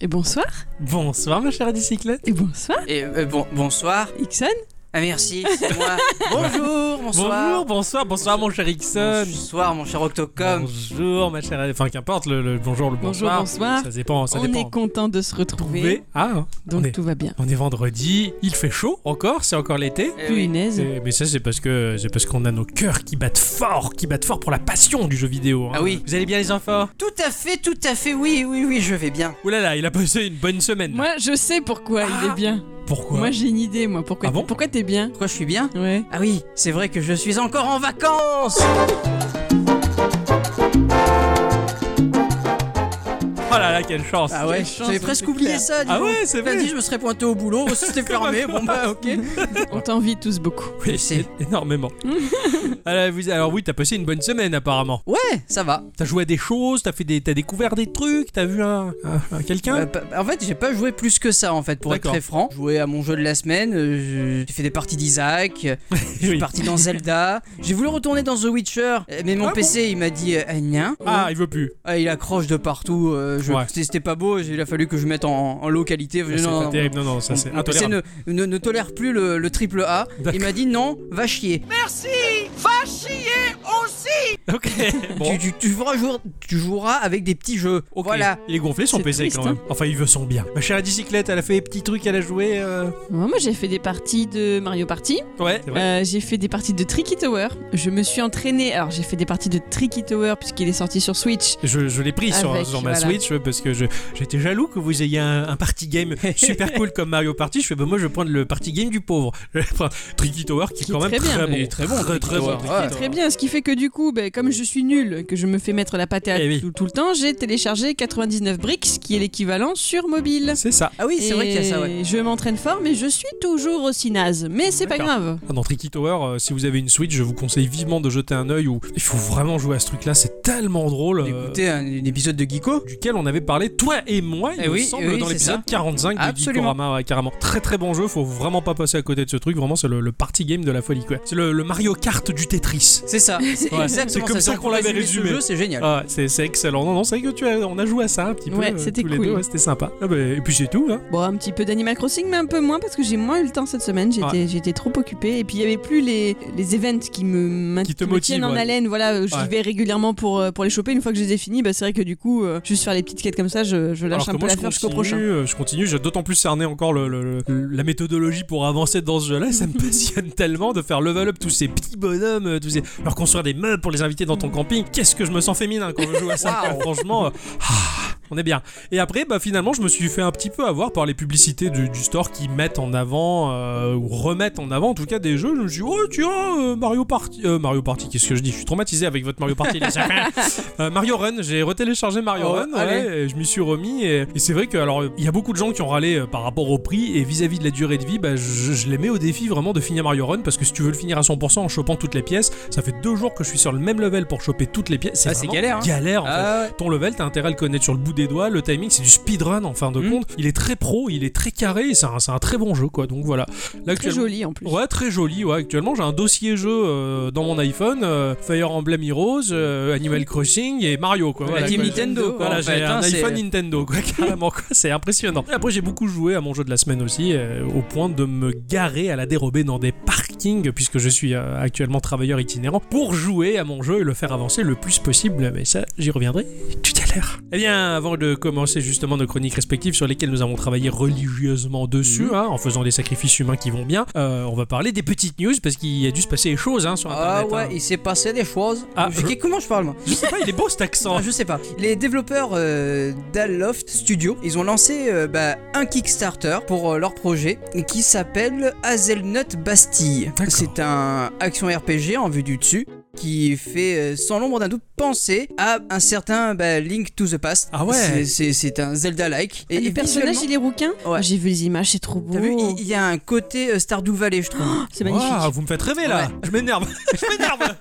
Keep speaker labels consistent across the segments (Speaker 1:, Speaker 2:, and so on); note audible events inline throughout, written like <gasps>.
Speaker 1: Et bonsoir.
Speaker 2: Bonsoir ma chère bicyclette.
Speaker 1: Et bonsoir.
Speaker 3: Et euh, bon, bonsoir.
Speaker 1: Ixon
Speaker 3: Ah merci, c'est moi. Bonjour, bonsoir.
Speaker 2: <laughs> Bonjour, bonsoir, bonsoir mon cher Ixon.
Speaker 3: Bonsoir mon cher Octocom.
Speaker 2: Bonjour ma chère, enfin qu'importe le, le bonjour, le
Speaker 1: Bonjour,
Speaker 2: bonsoir.
Speaker 1: bonsoir.
Speaker 2: Ça dépend, ça
Speaker 1: On
Speaker 2: dépend.
Speaker 1: est content de se retrouver.
Speaker 2: Mais- ah,
Speaker 1: Donc
Speaker 2: on, est,
Speaker 1: tout va bien.
Speaker 2: on est vendredi, il fait chaud encore, c'est encore l'été.
Speaker 3: Eh oui.
Speaker 1: Punaise.
Speaker 2: Et- mais ça c'est parce que c'est parce qu'on a nos cœurs qui battent fort, qui battent fort pour la passion du jeu vidéo. hein.
Speaker 3: Ah oui.
Speaker 2: Vous allez bien les enfants
Speaker 3: Tout à fait, tout à fait, oui, oui, oui, je vais bien.
Speaker 2: Ouh là là, il a passé une bonne semaine.
Speaker 1: Moi, je sais pourquoi il est bien.
Speaker 2: Pourquoi
Speaker 1: moi, j'ai une idée, moi. Pourquoi,
Speaker 2: Ah bon
Speaker 1: pourquoi t'es bien
Speaker 3: Pourquoi je suis bien
Speaker 1: Ouais.
Speaker 3: Ah oui, c'est vrai que je suis encore en vacances.
Speaker 2: Ah Oh là là, quelle chance.
Speaker 3: Ah ouais,
Speaker 1: Quelle chance,
Speaker 3: j'avais
Speaker 1: c'est
Speaker 3: presque oublié
Speaker 1: clair.
Speaker 3: ça. dis
Speaker 2: Ah
Speaker 3: donc.
Speaker 2: ouais, c'est
Speaker 3: T'as
Speaker 2: vrai.
Speaker 3: dit, je me serais pointé au boulot,
Speaker 2: <laughs>
Speaker 3: c'était fermé, bon bah ok.
Speaker 1: On t'envie tous beaucoup.
Speaker 2: Oui,
Speaker 3: je sais.
Speaker 1: <laughs>
Speaker 2: énormément. alors, vous- alors oui, t'as passé une bonne semaine apparemment.
Speaker 3: Ouais, ça va.
Speaker 2: T'as joué à des choses, t'as fait des, t'as découvert des trucs, t'as vu un, un- un quelqu'un.
Speaker 3: Euh, pa- en fait, j'ai pas joué plus que ça en fait, pour être
Speaker 2: D'accord.
Speaker 3: très franc. Joué à mon jeu de la semaine, euh, je- j'ai fait des parties d'Isaac, euh, je suis
Speaker 2: Oui.
Speaker 3: parti dans Zelda, j'ai voulu retourner dans The Witcher, euh, mais mon
Speaker 2: Ah
Speaker 3: PC il m'a dit euh, Ah, nien.
Speaker 2: Ah, il veut plus.
Speaker 3: Ah, il accroche de partout, euh, je-
Speaker 2: Ouais.
Speaker 3: c'était c'était pas beau, il a fallu que je mette en, en low qualité.
Speaker 2: C'est
Speaker 3: Non,
Speaker 2: pas
Speaker 3: non,
Speaker 2: terrible. Non, non, ça
Speaker 3: mon-
Speaker 2: c'est
Speaker 3: mon PC
Speaker 2: intolérable.
Speaker 3: ne, ne- ne tolère plus le, le triple A. Il
Speaker 2: D'accord.
Speaker 3: m'a dit non, va chier.
Speaker 2: <laughs> Ok. Bon.
Speaker 3: Tu, tu, tu feras jour- tu joueras avec des petits jeux.
Speaker 2: Ok.
Speaker 3: Voilà.
Speaker 2: Il est gonflé son
Speaker 1: C'est
Speaker 2: PC
Speaker 1: triste,
Speaker 2: quand même.
Speaker 1: hein.
Speaker 2: Enfin, il veut son bien. Ma chère bicyclette, elle a fait des petits trucs, elle a joué. euh,
Speaker 1: Moi, moi, j'ai fait des parties de Mario Party.
Speaker 2: Ouais. c'est vrai.
Speaker 1: Euh, j'ai fait des parties de Tricky Tower. Je me suis entraînée. Alors, j'ai fait des parties de Tricky Tower puisqu'il est sorti sur Switch.
Speaker 2: Euh, Je, je l'ai pris sur,
Speaker 1: Avec,
Speaker 2: sur ma
Speaker 1: voilà.
Speaker 2: Switch parce que je- j'étais jaloux que vous ayez un, un party <laughs> game super cool comme Mario Party. Je fais, bah, moi je vais prendre le party game du pauvre. <laughs> Je vais prendre Tricky Tower qui,
Speaker 1: Qui
Speaker 2: est quand
Speaker 1: est
Speaker 2: même
Speaker 1: très bien.
Speaker 2: bon.
Speaker 3: Il est très bon,
Speaker 2: très,
Speaker 3: Tricky
Speaker 2: très bon.
Speaker 3: Tower,
Speaker 2: Tricky
Speaker 3: ouais.
Speaker 2: Tower.
Speaker 1: Très bien, ce qui fait que du coup, ben, comme je suis nulle, que je me fais mettre la pâte à
Speaker 2: Eh oui.
Speaker 1: tout, tout le temps, j'ai téléchargé 99 Bricks, qui est l'équivalent sur mobile.
Speaker 2: C'est ça.
Speaker 3: Ah oui, c'est vrai
Speaker 1: Et
Speaker 3: qu'il y a ça, ouais.
Speaker 1: Je m'entraîne fort, mais je suis toujours aussi naze. Mais c'est pas
Speaker 2: D'accord.
Speaker 1: grave.
Speaker 2: Ah, Dans Tricky Tower, euh, si vous avez une Switch, je vous conseille vivement de jeter un œil où il faut vraiment jouer à ce truc-là, c'est tellement drôle. euh,
Speaker 3: Écoutez, un, un épisode de Geeko.
Speaker 2: duquel on avait parlé, toi et moi, il
Speaker 3: Eh
Speaker 2: me
Speaker 3: oui,
Speaker 2: semble,
Speaker 3: oui,
Speaker 2: dans
Speaker 3: c'est
Speaker 2: l'épisode
Speaker 3: ça.
Speaker 2: 45 de
Speaker 3: Absolument.
Speaker 2: Geekorama, ouais, carrément. Très très bon jeu, faut vraiment pas passer à côté de ce truc, vraiment c'est le, le party game de la folie, quoi. C'est le, le Mario Kart du Tetris.
Speaker 3: C'est ça, c'est
Speaker 2: Ouais.
Speaker 3: exactement
Speaker 2: C'est comme ça
Speaker 3: Si on
Speaker 2: qu'on l'avait
Speaker 3: peut résumer
Speaker 2: résumé.
Speaker 3: ce jeu, c'est génial.
Speaker 2: Ah, c'est c'est excellent. Non, non, c'est vrai que tu as, on a joué à ça un petit peu.
Speaker 1: Ouais,
Speaker 2: euh,
Speaker 1: c'était
Speaker 2: tous les
Speaker 1: cool.
Speaker 2: deux, ouais, c'était sympa. Ah bah, et puis c'est tout, hein.
Speaker 1: Bon, un petit peu d'Animal Crossing, mais un peu moins parce que j'ai moins eu le temps cette semaine. J'étais,
Speaker 2: Ouais.
Speaker 1: j'étais trop occupée. Et puis il y avait plus les, les events qui me, m'in-
Speaker 2: Qui te
Speaker 1: me
Speaker 2: motivent,
Speaker 1: tiennent en
Speaker 2: ouais.
Speaker 1: haleine. Voilà, euh, j'y
Speaker 2: Ouais.
Speaker 1: vais régulièrement pour, euh, pour les choper. Une fois que je les ai finis, bah, c'est vrai que du coup, euh, juste faire les petites quêtes comme ça, je, je lâche
Speaker 2: Alors que
Speaker 1: un peu
Speaker 2: moi,
Speaker 1: la
Speaker 2: je
Speaker 1: l'affaire
Speaker 2: continue,
Speaker 1: jusqu'au prochain.
Speaker 2: euh, je continue, j'ai d'autant plus cerné encore le- le- le- la méthodologie pour avancer dans ce jeu-là. Ça me <laughs> passionne tellement de faire level up tous ces petits bonhommes, euh, tous ces... leur construire des meubles pour les inviter dans ton camping. Qu'est-ce que je me sens féminin quand je joue à ça
Speaker 3: Waouh.
Speaker 2: Franchement, euh, ah, on est bien. Et après, bah, finalement, je me suis fait un petit peu avoir par les publicités du, du store qui mettent en avant, euh, ou remettent en avant en tout cas des jeux. Je me suis dit, oh tiens, euh, Mario Party. euh, Mario Party, qu'est-ce que je dis Je suis traumatisé avec votre Mario Party. les enfants.
Speaker 3: <laughs>
Speaker 2: Euh, Mario Run, j'ai retéléchargé Mario
Speaker 3: Oh,
Speaker 2: Run, ouais,
Speaker 3: allez.
Speaker 2: et je m'y suis remis et, et c'est vrai que alors il y a beaucoup de gens qui ont râlé euh, par rapport au prix et vis-à-vis de la durée de vie, bah, je, je les mets au défi vraiment de finir Mario Run parce que si tu veux le finir à 100% en chopant toutes les pièces, ça fait deux jours que je suis sur le même level pour choper toutes les pièces. C'est
Speaker 3: Ah, c'est
Speaker 2: vraiment
Speaker 3: galère, hein.
Speaker 2: Galère. en fait.
Speaker 3: Ah,
Speaker 2: Ton level, t'as intérêt à le connaître sur le bout des doigts. Le timing, c'est du speedrun en fin de
Speaker 3: Mm.
Speaker 2: compte. Il est très pro, il est très carré. et C'est un, c'est un très bon jeu, quoi. Donc voilà. Là,
Speaker 1: Très
Speaker 2: actuellement-
Speaker 1: joli en plus.
Speaker 2: Ouais, très joli. Ouais, actuellement, j'ai un dossier jeu euh, dans mon iPhone euh, Fire Emblem Heroes, euh, Animal Crossing et Mario. Quoi.
Speaker 3: La
Speaker 2: Voilà,
Speaker 3: team
Speaker 2: quoi.
Speaker 3: Nintendo, quoi, en
Speaker 2: Voilà, j'ai
Speaker 3: fait,
Speaker 2: un
Speaker 3: hein, c'est-
Speaker 2: iPhone Nintendo,
Speaker 3: <laughs>
Speaker 2: quoi, carrément. quoi. C'est impressionnant. Et après, j'ai beaucoup joué à mon jeu de la semaine aussi, euh, au point de me garer à la dérobée dans des parkings, puisque je suis euh, actuellement travailleur itinérant, pour jouer à mon jeu et le faire avancer le plus possible. Mais ça, j'y reviendrai tout à l'heure. Eh bien, avant de commencer justement nos chroniques respectives sur lesquelles nous avons travaillé religieusement dessus,
Speaker 3: Mhm.
Speaker 2: hein, en faisant des sacrifices humains qui vont bien, euh, on va parler des petites news parce qu'il a dû se passer des choses hein, sur
Speaker 3: Ah
Speaker 2: Internet.
Speaker 3: ouais,
Speaker 2: hein.
Speaker 3: il s'est passé des choses.
Speaker 2: Ah,
Speaker 3: Je-
Speaker 2: je-
Speaker 3: Comment je parle moi
Speaker 2: Je sais pas, il est beau cet accent.
Speaker 3: Ah, Je sais pas. Les développeurs euh, d'Aloft Studio, ils ont lancé euh, bah, un Kickstarter pour euh, leur projet qui s'appelle Hazelnut Bastille.
Speaker 2: D'accord.
Speaker 3: C'est un action RPG en vue du dessus qui fait euh, sans l'ombre d'un doute penser à un certain bah, Link to the Past.
Speaker 2: Ah ouais. Ah,
Speaker 3: C'est- C'est c'est un Zelda-like.
Speaker 1: Et, le personnage,
Speaker 3: visuellement-
Speaker 1: il est rouquin.
Speaker 3: Ouais.
Speaker 1: Ah, J'ai vu les images, c'est trop beau.
Speaker 3: T'as vu, il il y a un côté euh, Stardew Valley, je trouve.
Speaker 2: <gasps>
Speaker 1: C'est
Speaker 2: Waouh,
Speaker 1: magnifique.
Speaker 2: vous me faites rêver là.
Speaker 3: Ouais.
Speaker 2: Je
Speaker 3: <laughs>
Speaker 2: m'énerve. je m'énerve.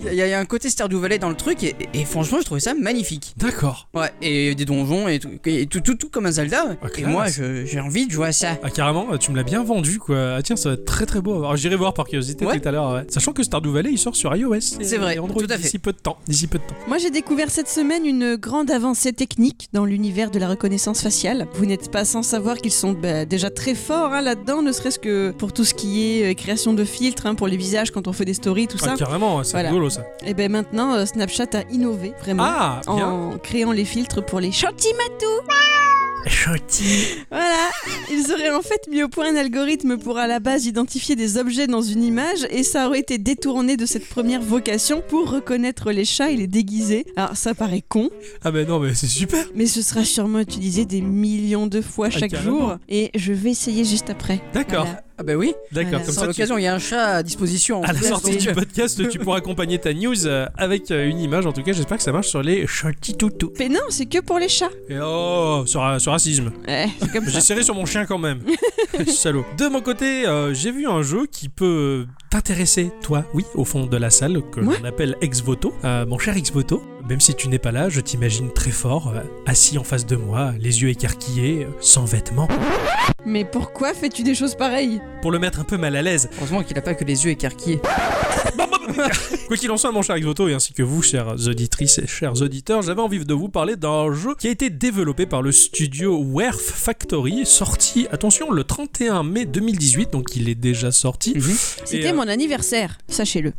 Speaker 3: Il y, a- il y a un côté Stardew Valley dans le truc et- et- et franchement, je trouvais ça magnifique.
Speaker 2: D'accord.
Speaker 3: Ouais, et des donjons et tout, et tout, tout, tout comme un Zelda.
Speaker 2: Ah,
Speaker 3: et
Speaker 2: classe.
Speaker 3: moi, je- j'ai envie de jouer à ça.
Speaker 2: Ah carrément, tu me l'as bien vendu quoi. Ah tiens, ça va être très très beau. Alors j'irai voir par curiosité
Speaker 3: Ouais.
Speaker 2: tout à l'heure. ouais. Sachant que Stardew Valley il sort sur iOS. iOS et
Speaker 3: C'est vrai,
Speaker 2: et Android
Speaker 3: tout à fait.
Speaker 2: d'ici peu de temps. D'ici peu de temps.
Speaker 1: Moi, j'ai découvert cette semaine une grande avancée technique dans l'univers de la reconnaissance faciale. Vous n'êtes pas sans savoir qu'ils sont bah, déjà très forts hein, là-dedans, ne serait-ce que pour tout ce qui est euh, création de filtres hein, pour les visages quand on fait des stories, tout
Speaker 2: Ah,
Speaker 1: ça.
Speaker 2: carrément, c'est
Speaker 1: Voilà.
Speaker 2: rigolo ça.
Speaker 1: Et ben maintenant, euh, Snapchat a innové
Speaker 3: Mm.
Speaker 1: vraiment.
Speaker 2: Ah, bien.
Speaker 1: en créant les filtres pour les chantimatous. Voilà, ils auraient en fait mis au point un algorithme pour à la base identifier des objets dans une image et ça aurait été détourné de cette première vocation pour reconnaître les chats et les déguiser. Alors ça paraît con,
Speaker 2: Ah, mais non, mais c'est super.
Speaker 1: mais ce sera sûrement utilisé des millions de fois chaque
Speaker 2: Ah, carrément.
Speaker 1: jour et je vais essayer juste après.
Speaker 2: D'accord,
Speaker 1: Voilà.
Speaker 3: Ah bah oui,
Speaker 2: d'accord.
Speaker 1: Voilà.
Speaker 2: Comme
Speaker 3: sans
Speaker 2: ça, tu-
Speaker 3: l'occasion, il y a un chat à disposition.
Speaker 2: à la
Speaker 3: Tout
Speaker 2: sortie
Speaker 3: fait.
Speaker 2: du podcast, tu pourras accompagner ta news euh, avec euh, une image. En tout cas, j'espère que ça marche sur les chantis toutous.
Speaker 1: Mais non, c'est que pour les chats.
Speaker 2: Et oh, sur, euh, sur racisme.
Speaker 1: Ouais, c'est comme
Speaker 2: J'ai
Speaker 1: ça.
Speaker 2: serré sur mon chien
Speaker 1: <laughs>
Speaker 2: quand même. Salaud. De mon côté, euh, j'ai vu un jeu qui peut t'intéresser, toi, oui, au fond de la salle, que
Speaker 1: Ouais.
Speaker 2: l'on appelle Exvoto. Euh, mon cher Exvoto, même si tu n'es pas là, je t'imagine très fort, euh, assis en face de moi, les yeux écarquillés, euh, sans vêtements.
Speaker 1: Mais pourquoi fais-tu des choses pareilles
Speaker 2: Pour le mettre un peu mal
Speaker 1: <laughs>
Speaker 2: à l'aise,
Speaker 3: Heureusement qu'il a pas que les yeux écarquillés.
Speaker 2: Quoi qu'il en soit, mon cher Exoto, et ainsi que vous, chères auditrices et chers auditeurs, j'avais envie de vous parler d'un jeu qui a été développé par le studio Werf Factory, sorti, attention, le 31 mai 2018, donc il est déjà sorti.
Speaker 3: Mhm.
Speaker 1: C'était
Speaker 2: euh,
Speaker 1: mon anniversaire, sachez-le.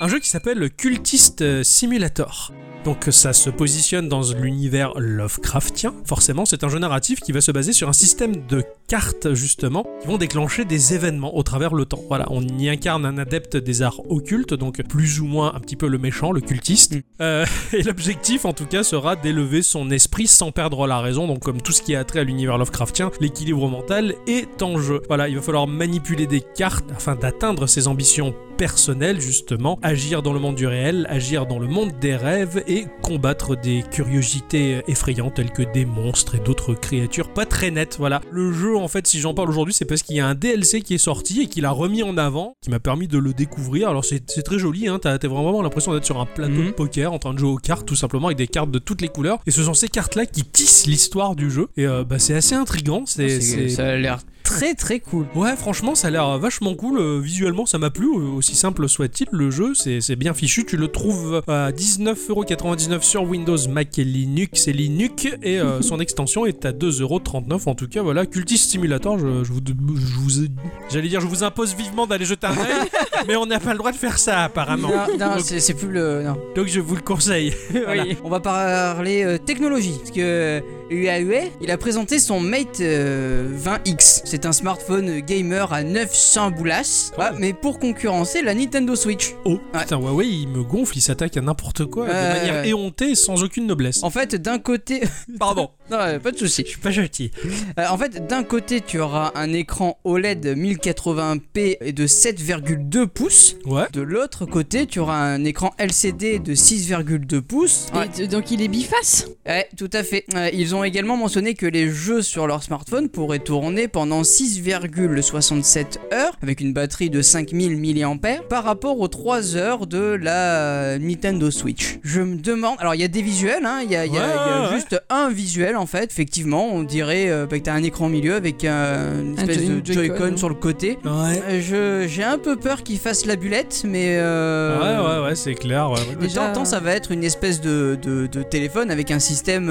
Speaker 2: Un jeu qui s'appelle Cultist euh, Simulator. Donc euh, ça se positionne dans l'univers Lovecraftien. Forcément, c'est un jeu narratif qui va se baser sur un système de cartes justement qui vont déclencher des événements au travers le temps. Voilà, on y incarne un adepte des arts occultes, donc plus ou moins un petit peu le méchant, le cultiste.
Speaker 3: Mm.
Speaker 2: Euh, <laughs> et l'objectif en tout cas sera d'élever son esprit sans perdre la raison, donc comme tout ce qui a trait à l'univers Lovecraftien, l'équilibre mental est en jeu. Voilà, il va falloir manipuler des cartes afin d'atteindre ses ambitions personnelles justement, agir dans le monde du réel, agir dans le monde des rêves et combattre des curiosités effrayantes telles que des monstres et d'autres créatures pas très nettes. Voilà, le jeu en fait si j'en parle aujourd'hui c'est parce qu'il y a un DLC qui est sorti et qu'il a remis en avant, qui m'a permis de le découvrir. Alors c'est c'est très joli, hein, t'as t'as vraiment l'impression d'être sur un plateau de
Speaker 3: Mhm.
Speaker 2: poker en train de jouer aux cartes tout simplement avec des cartes de toutes les couleurs et ce sont ces cartes là qui tissent l'histoire du jeu et euh, bah, c'est assez intriguant. Ah, C'est c'est-
Speaker 3: Ça a l'air très très cool.
Speaker 2: Ouais, franchement, ça a l'air vachement cool. Euh, visuellement, ça m'a plu, euh, aussi simple soit-il. Le jeu, c'est c'est bien fichu. Tu le trouves à 19,99€ sur Windows, Mac et Linux et Linux. Et euh, son extension est à 2,39€. En tout cas, voilà, Cultist Simulator, je, je vous. je vous- J'allais dire, je vous impose vivement d'aller jeter un œil, mais on n'a pas le droit de faire ça, apparemment.
Speaker 3: Non, non,
Speaker 2: Donc-
Speaker 3: c'est c'est plus le.
Speaker 2: <laughs>
Speaker 3: Non.
Speaker 2: Donc, je vous le conseille. Voilà.
Speaker 3: On va parler euh, technologie. Parce que euh, UAE, il a présenté son Mate euh, 20X. C'est un smartphone gamer à 900 boulasses.
Speaker 2: Quand
Speaker 3: Ouais,
Speaker 2: même.
Speaker 3: mais pour concurrencer la Nintendo Switch.
Speaker 2: Oh, putain, Huawei, il me gonfle, il s'attaque à n'importe quoi
Speaker 3: Ouais,
Speaker 2: de manière
Speaker 3: ouais.
Speaker 2: éhontée, sans aucune noblesse.
Speaker 3: En fait, d'un côté.
Speaker 2: Pardon,
Speaker 3: non, euh, pas de souci.
Speaker 2: Ah je suis pas gentil.
Speaker 3: Euh, en fait, d'un côté, tu auras un écran E OLED 1080p et de 7,2 pouces.
Speaker 2: Ouais.
Speaker 3: De l'autre côté, tu auras un écran LCD de 6,2 pouces. Ouais.
Speaker 1: Et, euh, donc il est biface.
Speaker 3: Ouais, tout à fait. Euh, ils ont également mentionné que les jeux sur leur smartphone pourraient tourner pendant 6,67 heures avec une batterie de 5000 mAh par rapport aux 3 heures de la Nintendo Switch. Je me demande. Alors, il y a des visuels, hein, il y a, il y a-
Speaker 2: Ouais,
Speaker 3: il y a
Speaker 2: ouais, ouais.
Speaker 3: juste un visuel en fait. Effectivement, on dirait euh, bah, que t'as un écran au milieu avec un- une
Speaker 1: Un
Speaker 3: espèce
Speaker 1: Joy-
Speaker 3: de
Speaker 1: Joy-Con,
Speaker 3: Joy-Con
Speaker 1: hein.
Speaker 3: sur le côté.
Speaker 2: Ouais.
Speaker 3: Euh, je- J'ai un peu peur qu'ils fassent la bulette, mais. euh,
Speaker 2: Ouais, ouais, ouais, c'est clair. ouais, ouais.
Speaker 3: mais
Speaker 1: Déjà-
Speaker 3: t'entends, ça va être une espèce de, de- de téléphone avec un système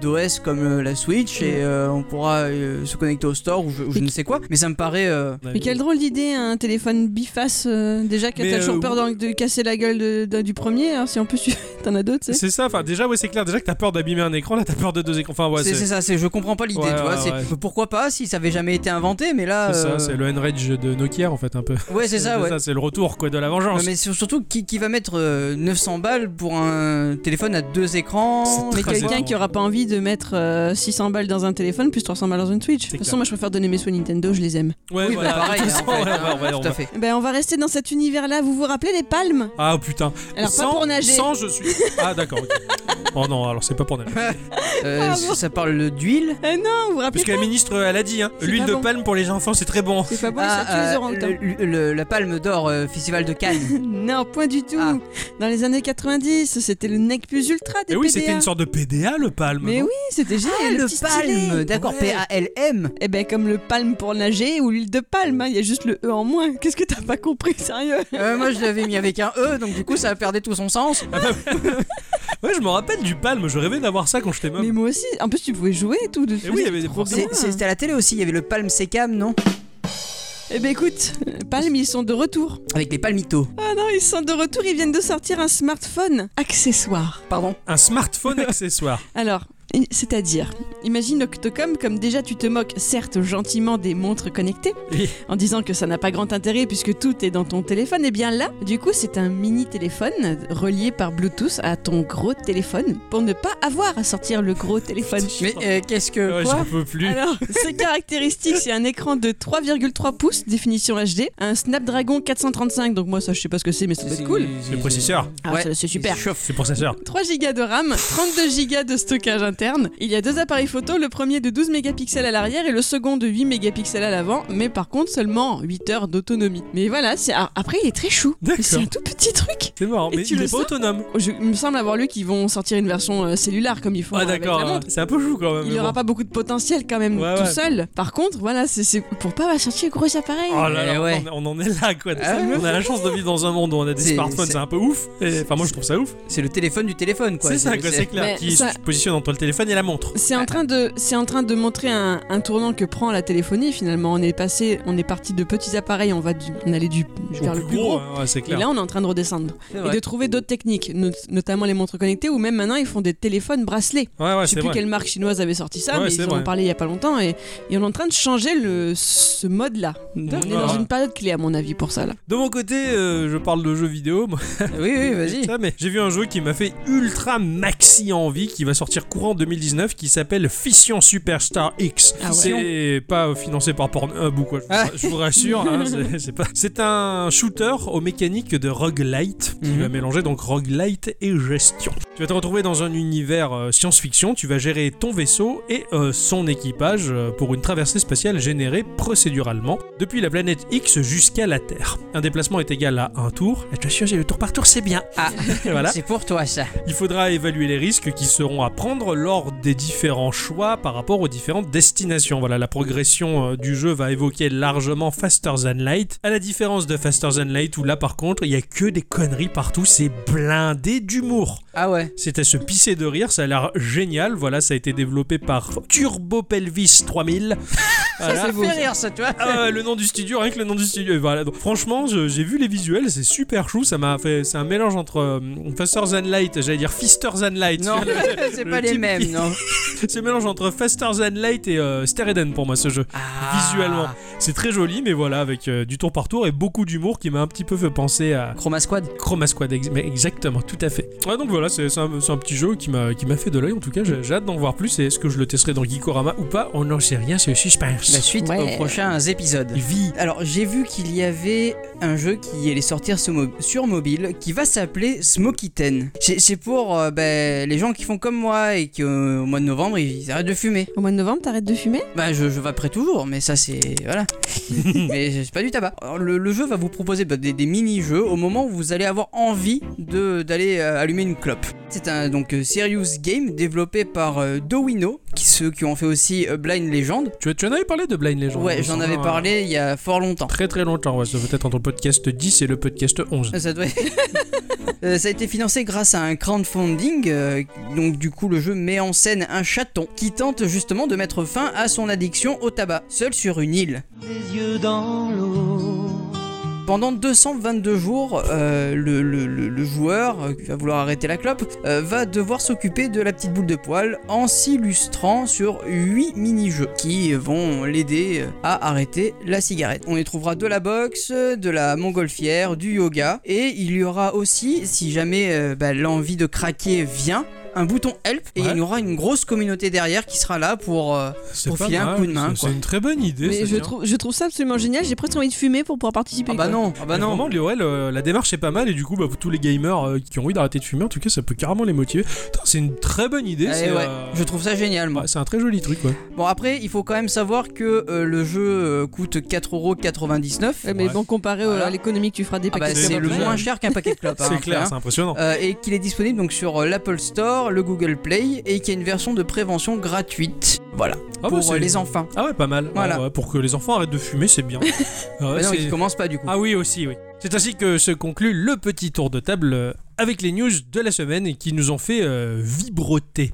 Speaker 3: d'OS comme euh, la Switch
Speaker 1: Mm.
Speaker 3: et euh, on pourra euh, se connecter au store ou je, ou je ne sais quoi. Mais ça me paraît. euh,
Speaker 1: Mais quelle drôle d'idée, hein, un téléphone biface. euh, déjà, que
Speaker 2: Ah, Mais,
Speaker 1: t'as
Speaker 2: euh,
Speaker 1: toujours peur d'en- de casser la gueule de- de- du premier, alors si en plus tu- <laughs> t'en as d'autres, tu sais.
Speaker 2: C'est ça, enfin déjà ouais c'est clair, déjà que t'as peur d'abîmer un écran, là t'as peur de deux écrans. Enfin ouais
Speaker 3: c'est
Speaker 2: c'est
Speaker 3: c'est ça, c'est- je comprends pas l'idée,
Speaker 2: Ouais,
Speaker 3: tu vois.
Speaker 2: ouais,
Speaker 3: c'est-
Speaker 2: ouais. Mm.
Speaker 3: Pourquoi pas si ça avait jamais été inventé, mais là.
Speaker 2: c'est ça,
Speaker 3: euh,
Speaker 2: c'est le Enrage de Nokia en fait un peu.
Speaker 3: Ouais, c'est ça, ouais.
Speaker 2: C'est le retour quoi de la
Speaker 3: Ouais,
Speaker 2: vengeance.
Speaker 3: mais sur- surtout, qui, qui va mettre euh, 900 balles pour un téléphone à deux écrans
Speaker 2: C'est
Speaker 1: Mais
Speaker 2: très
Speaker 1: quelqu'un
Speaker 2: étonnant.
Speaker 1: qui aura pas envie de mettre euh, 600 balles dans un téléphone plus 300 balles dans une Twitch. De toute
Speaker 2: clair.
Speaker 1: façon, moi je préfère donner mes sous Nintendo, je les aime.
Speaker 2: Ouais,
Speaker 3: Oui,
Speaker 2: voilà,
Speaker 3: bah, pareil,
Speaker 2: de toute
Speaker 3: hein, en
Speaker 2: façon,
Speaker 3: fait,
Speaker 2: ouais,
Speaker 3: hein,
Speaker 2: ouais, ouais, on
Speaker 3: tout à
Speaker 2: va- <laughs>
Speaker 3: fait.
Speaker 1: Ben on va rester dans cet univers-là. Vous vous rappelez les palmes
Speaker 2: Ah oh, putain.
Speaker 1: Alors
Speaker 2: sans,
Speaker 1: pas pour nager.
Speaker 2: Sans je suis. Ah d'accord. ok. oh non alors c'est pas pour nager.
Speaker 3: Euh,
Speaker 1: Ah,
Speaker 3: ça-
Speaker 1: bon.
Speaker 3: Ça parle d'huile.
Speaker 1: Ah non, vous vous rappelez
Speaker 2: Parce que la
Speaker 1: pas
Speaker 2: ministre elle a dit hein,
Speaker 1: C'est
Speaker 2: l'huile
Speaker 1: pas
Speaker 2: de
Speaker 1: bon.
Speaker 2: palme pour les enfants c'est très bon.
Speaker 1: C'est pas bon,
Speaker 3: Ah,
Speaker 1: ça tue les
Speaker 3: euh,
Speaker 1: orang-outans.
Speaker 3: le- le- la palme d'or, euh, festival de Cannes.
Speaker 1: <laughs> Non, point du tout.
Speaker 3: Ah.
Speaker 1: Dans les années 90, c'était le nec plus ultra des
Speaker 2: Et Eh oui
Speaker 1: PDA.
Speaker 2: c'était une sorte de PDA le palme.
Speaker 1: Mais
Speaker 2: non
Speaker 1: oui, c'était c'était génial.
Speaker 3: Ah, le,
Speaker 1: petit stylet.
Speaker 3: palme, d'accord,
Speaker 1: Ouais.
Speaker 3: P-A-L-M.
Speaker 1: Eh ben comme le palme pour nager ou l'huile de palme, hein, il y a juste le E en moins. Qu'est-ce que t'as pas compris, sérieux
Speaker 3: Euh, moi je l'avais mis avec un E, donc du coup ça a perdu tout son sens.
Speaker 2: Ah, bah Ouais, je me rappelle du palme, je rêvais d'avoir ça quand j'étais
Speaker 1: Mais
Speaker 2: môme.
Speaker 1: moi aussi, en plus tu pouvais jouer et tout dessus.
Speaker 2: Et oui, il y avait des
Speaker 1: Trop
Speaker 2: programmes.
Speaker 1: bien.
Speaker 3: C'est- C'était à la télé aussi, il y avait le palme sécam, non
Speaker 1: Eh ben écoute, euh, palme, ils sont de retour.
Speaker 3: Avec les palmitos.
Speaker 1: Ah non, ils sont de retour, ils viennent de sortir un smartphone accessoire.
Speaker 3: Pardon. <laughs>
Speaker 2: Un smartphone accessoire.
Speaker 1: Alors, i- c'est-à-dire, imagine Octocom comme déjà tu te moques, certes gentiment, des montres connectées,
Speaker 2: Oui.
Speaker 1: en disant que ça n'a pas grand intérêt puisque tout est dans ton téléphone, et bien là, du coup, c'est un mini téléphone relié par Bluetooth à ton gros téléphone pour ne pas avoir à sortir le gros téléphone.
Speaker 3: Mais euh, qu'est-ce que.
Speaker 2: Ouais,
Speaker 3: quoi
Speaker 2: j'en peux plus.
Speaker 1: Alors, ses caractéristiques, c'est un écran de 3,3 pouces, définition HD, un Snapdragon 435, donc moi ça je sais pas ce que c'est, mais ça doit être cool.
Speaker 2: Le processeur,
Speaker 1: Ah,
Speaker 3: Mm. ouais.
Speaker 1: ça, c'est super.
Speaker 2: c'est pour sa sœur.
Speaker 1: 3 Go de RAM, 32 Go de stockage interne. Il y a deux appareils photo, le premier de 12 mégapixels à l'arrière et le second de 8 mégapixels à l'avant, mais par contre seulement 8 heures d'autonomie. Mais voilà, c'est alors, après il est très chou.
Speaker 2: D'accord.
Speaker 1: Mais C'est un tout petit truc.
Speaker 2: C'est marrant,
Speaker 1: Et
Speaker 2: mais
Speaker 1: tu
Speaker 2: il
Speaker 1: le
Speaker 2: est pas
Speaker 1: sors
Speaker 2: autonome.
Speaker 1: Je, il me semble avoir lu qu'ils vont sortir une version euh, cellulaire comme ils font
Speaker 2: Ah
Speaker 1: avec la
Speaker 2: d'accord,
Speaker 1: montre.
Speaker 2: c'est un peu chou quand même.
Speaker 1: Il
Speaker 2: mais
Speaker 1: aura
Speaker 2: bon.
Speaker 1: pas beaucoup de potentiel quand même
Speaker 2: Ouais,
Speaker 1: tout
Speaker 2: ouais.
Speaker 1: seul. Par contre, voilà, c'est c'est pour pas avoir sorti le gros appareil.
Speaker 2: Oh là
Speaker 3: Eh
Speaker 2: là,
Speaker 3: ouais.
Speaker 2: on en- on en est là quoi.
Speaker 3: Ah ouais.
Speaker 2: on a la chance de vivre dans un monde où on a des
Speaker 3: C'est-
Speaker 2: smartphones,
Speaker 3: c'est-
Speaker 2: c'est un peu ouf. Et- Enfin, moi je trouve ça ouf.
Speaker 3: C'est le téléphone du téléphone, quoi.
Speaker 2: C'est ça quoi, c'est clair.
Speaker 1: Mais
Speaker 2: Qui
Speaker 1: ça-
Speaker 2: se positionne entre le téléphone et la montre.
Speaker 1: C'est en train de, c'est en train de montrer un, un tournant que prend la téléphonie finalement. On est passé, on est parti de petits appareils, on va du- on allait du vers
Speaker 2: Au
Speaker 1: le plus gros.
Speaker 2: hein, ouais, c'est
Speaker 1: Et
Speaker 2: clair.
Speaker 1: là, on est en train de redescendre
Speaker 3: C'est
Speaker 1: et
Speaker 3: vrai.
Speaker 1: de trouver d'autres techniques, not- notamment les montres connectées ou même maintenant ils font des téléphones bracelets.
Speaker 2: Ouais, ouais,
Speaker 1: Je sais
Speaker 2: c'est
Speaker 1: plus
Speaker 2: vrai.
Speaker 1: quelle marque chinoise avait sorti ça,
Speaker 2: Ouais,
Speaker 1: mais
Speaker 2: c'est
Speaker 1: ils en
Speaker 2: vrai.
Speaker 1: ont parlé il y a pas longtemps et, et on est en train de changer le ce mode-là. On est dans
Speaker 2: D'accord.
Speaker 1: une période clé à mon avis pour ça là.
Speaker 2: De mon côté, euh, je parle de jeux vidéo. moi,
Speaker 3: Oui, oui, vas-y.
Speaker 2: ça, mais j'ai vu un jeu qui m'a fait ultra maxi envie, qui va sortir courant 2019, qui s'appelle Fission Superstar X.
Speaker 1: Ah ouais.
Speaker 2: C'est pas financé par Pornhub ou quoi. je vous-
Speaker 3: Ah.
Speaker 2: Je vous rassure, hein, <laughs> c'est- c'est pas. C'est un shooter aux mécaniques de roguelite qui
Speaker 3: Mhm.
Speaker 2: va mélanger donc roguelite et gestion. Tu vas te retrouver dans un univers euh, science-fiction. Tu vas gérer ton vaisseau et euh, son équipage euh, pour une traversée spatiale générée procéduralement depuis la planète X jusqu'à la Terre. Un déplacement est égal à un tour. Et tu as changé le tour par tour, c'est bien.
Speaker 3: Ah.
Speaker 2: voilà.
Speaker 3: C'est pour toi, ça.
Speaker 2: Il faudra évaluer les risques qui seront à prendre lors des différents choix par rapport aux différentes destinations. Voilà, la progression euh, du jeu va évoquer largement Faster Than Light, à la différence de Faster Than Light où là par contre il y a que des conneries partout, c'est blindé d'humour.
Speaker 3: Ah ouais.
Speaker 2: C'est à se pisser de rire, ça a l'air génial. Voilà, ça a été développé par Turbo Pelvis 3000. Voilà.
Speaker 3: <laughs> Ça fait rire, ça, toi.
Speaker 2: Ah ouais, le nom du studio, rien que le nom du studio. Et voilà. Donc, franchement, je- j'ai vu les visuels, c'est super chou. Ça m'a fait, c'est un mélange entre euh, Faster Than Light, j'allais dire Fister Than Light.
Speaker 3: <laughs> Non, <laughs> c'est
Speaker 2: le
Speaker 3: pas les
Speaker 2: type
Speaker 3: mêmes,
Speaker 2: qui-
Speaker 3: non.
Speaker 2: <laughs> c'est un mélange entre Faster Than Light et euh, Stereden pour moi ce jeu. <laughs>
Speaker 3: Ah.
Speaker 2: Visuellement. C'est très joli, mais voilà, avec euh, du tour par tour et beaucoup d'humour qui m'a un petit peu fait penser à
Speaker 3: Chroma Squad.
Speaker 2: Chroma Squad. ex- mais exactement, tout à fait. Ouais, donc voilà, c'est c'est un, c'est un petit jeu qui m'a qui m'a fait de l'œil. En tout cas, j'ai j'ai hâte d'en voir plus. Et est-ce que je le testerai dans Geekorama ou pas On n'en sait rien, c'est le suspense.
Speaker 3: La suite
Speaker 1: Ouais.
Speaker 3: aux prochains épisodes.
Speaker 2: Il vit.
Speaker 3: Alors j'ai vu qu'il y avait un jeu qui allait sortir sur, mo- sur mobile qui va s'appeler Smoky Ten. C'est c'est pour euh, ben, les gens qui font comme moi et qui euh, au mois de novembre ils arrêtent de fumer.
Speaker 1: Au mois de novembre, t'arrêtes de fumer
Speaker 3: Bah je, je vaperai toujours mais ça c'est... Voilà. mais c'est pas du tabac. Alors, le, le jeu va vous proposer bah, des, des mini-jeux au moment où vous allez avoir envie de- d'aller euh, allumer une clope. C'est un donc euh, serious game développé par euh, Dowino, qui, ceux qui ont fait aussi euh, Blind Legend.
Speaker 2: Tu, tu en avais parlé de Blind Legend il
Speaker 3: Ouais
Speaker 2: me
Speaker 3: j'en
Speaker 2: semble,
Speaker 3: avais
Speaker 2: hein.
Speaker 3: parlé il y a fort longtemps.
Speaker 2: Très très longtemps, ouais, ça peut être entre le podcast 10 et le podcast 11.
Speaker 3: Ça doit <laughs> Euh, Ça a été financé grâce à un crowdfunding. euh, donc, du coup, le jeu met en scène un chaton qui tente justement de mettre fin à son addiction au tabac, seul sur une île.
Speaker 4: les yeux dans l'eau.
Speaker 3: Pendant 222 jours, euh, le, le- le- le joueur euh, qui va vouloir arrêter la clope euh, va devoir s'occuper de la petite boule de poil en s'illustrant sur 8 mini-jeux qui vont l'aider euh, à arrêter la cigarette. On y trouvera de la boxe, de la montgolfière, du yoga et il y aura aussi, si jamais euh, bah, l'envie de craquer vient, un bouton help et
Speaker 2: Ouais.
Speaker 3: il y aura une grosse communauté derrière qui sera là pour... euh,
Speaker 2: C'est
Speaker 3: Pour
Speaker 2: pas
Speaker 3: filer un
Speaker 2: mal,
Speaker 3: coup de main,
Speaker 2: c'est-
Speaker 3: quoi.
Speaker 2: C'est une très bonne idée.
Speaker 1: Mais
Speaker 2: ça,
Speaker 1: je
Speaker 2: tiens.
Speaker 1: trouve, je trouve ça absolument génial. J'ai presque envie de fumer pour pouvoir participer.
Speaker 3: Ah bah
Speaker 1: quoi.
Speaker 3: non, ah bah
Speaker 2: Mais
Speaker 3: non.
Speaker 2: Vraiment, le- ouais, le- la démarche est pas mal et du coup, bah, pour tous les gamers euh, qui ont envie d'arrêter de fumer, en tout cas, ça peut carrément les motiver. Putain, C'est une très bonne idée.
Speaker 3: Eh
Speaker 2: C'est
Speaker 3: ouais,
Speaker 2: euh,
Speaker 3: je trouve ça génial moi.
Speaker 2: ouais, c'est un très joli truc. Ouais.
Speaker 3: Bon après il faut quand même savoir que euh, le jeu euh, coûte 4,99€.
Speaker 1: Ouais, mais
Speaker 2: Ouais.
Speaker 1: bon, comparé au-
Speaker 3: Voilà.
Speaker 1: à l'économie que tu feras des
Speaker 3: Ah bah,
Speaker 1: paquets de
Speaker 3: c'est
Speaker 2: c'est
Speaker 1: tabac
Speaker 3: le
Speaker 2: pas mal. <laughs>
Speaker 3: moins cher qu'un paquet de clopes. hein,
Speaker 2: c'est
Speaker 3: après,
Speaker 2: clair,
Speaker 3: hein.
Speaker 2: c'est impressionnant.
Speaker 3: Euh, et qu'il est disponible donc sur euh, l'Apple Store sur le Google Play et qui a une version de prévention gratuite. Voilà,
Speaker 2: Ah, bah,
Speaker 3: pour
Speaker 2: c'est-
Speaker 3: euh, les enfants.
Speaker 2: Ah ouais, pas mal.
Speaker 3: Voilà.
Speaker 2: Ah ouais, pour que les enfants arrêtent de fumer,
Speaker 3: <laughs>
Speaker 2: c'est bien. Ah ouais,
Speaker 3: Bah non,
Speaker 2: c'est-
Speaker 3: ils commencent pas du coup.
Speaker 2: Ah oui, aussi, oui. C'est ainsi que se conclut le petit tour de table euh, avec les news de la semaine et qui nous ont fait euh, vibroter.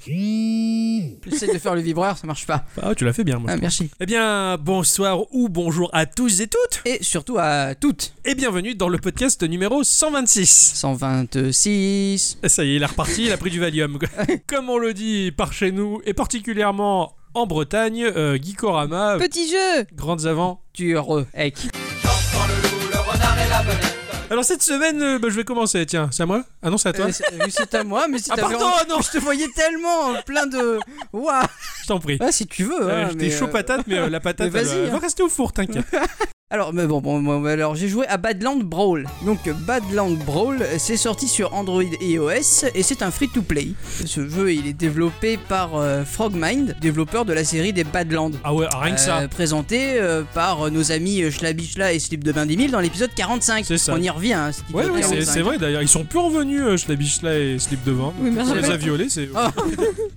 Speaker 3: J'essaie de faire le vibreur, ça marche pas.
Speaker 2: Ah, tu l'as fait bien, moi.
Speaker 3: Ah, merci.
Speaker 2: Eh bien, bonsoir ou bonjour à tous et toutes,
Speaker 3: Et surtout à toutes.
Speaker 2: et bienvenue dans le podcast numéro 126.
Speaker 3: 126.
Speaker 2: Ça y est, il est reparti, il a pris
Speaker 3: <laughs>
Speaker 2: du Valium. quoi. Comme on le dit par chez nous, et particulièrement en Bretagne, euh, Geekorama,
Speaker 1: Petit jeu
Speaker 2: grandes avant.
Speaker 3: Tu re euh, ec.
Speaker 2: Alors cette semaine, euh, bah, je vais commencer, tiens, c'est à moi Ah non, c'est à toi
Speaker 3: Euh, c'est- oui, c'est à moi, mais si
Speaker 2: Ah
Speaker 3: t'avais
Speaker 2: pardon,
Speaker 3: envie-
Speaker 2: ah non,
Speaker 3: Je te voyais tellement hein, plein de. Waouh
Speaker 2: je t'en prie.
Speaker 3: Ah, si tu veux.
Speaker 2: Euh,
Speaker 3: hein,
Speaker 2: J'étais
Speaker 3: mais,
Speaker 2: chaud
Speaker 3: euh,
Speaker 2: patate, mais euh, la patate
Speaker 3: mais <laughs>
Speaker 2: elle,
Speaker 3: vas-y,
Speaker 2: euh,
Speaker 3: hein.
Speaker 2: va rester au four, t'inquiète.
Speaker 3: Alors, mais bon, bon, bon, alors j'ai joué à Badland Brawl. Donc, Badland Brawl, euh, c'est sorti sur Android et iOS et c'est un free-to-play. Ce jeu, il est développé par euh, Frogmind, développeur de la série des Badlands.
Speaker 2: Ah ouais, rien que ça.
Speaker 3: Euh, présenté euh, par euh, nos amis euh, Schlabichla et Slip de Bain des Mille dans l'épisode 45.
Speaker 2: C'est ça.
Speaker 3: On y revient, hein, cet
Speaker 2: Ouais,
Speaker 3: épisode
Speaker 2: ouais, c'est
Speaker 3: 45.
Speaker 2: c'est vrai d'ailleurs. Ils sont plus revenus, euh, Schlabichla et Slip Devant.
Speaker 1: Oui, mais
Speaker 2: On les a
Speaker 1: rappelle-
Speaker 2: violés, c'est.
Speaker 3: Ah.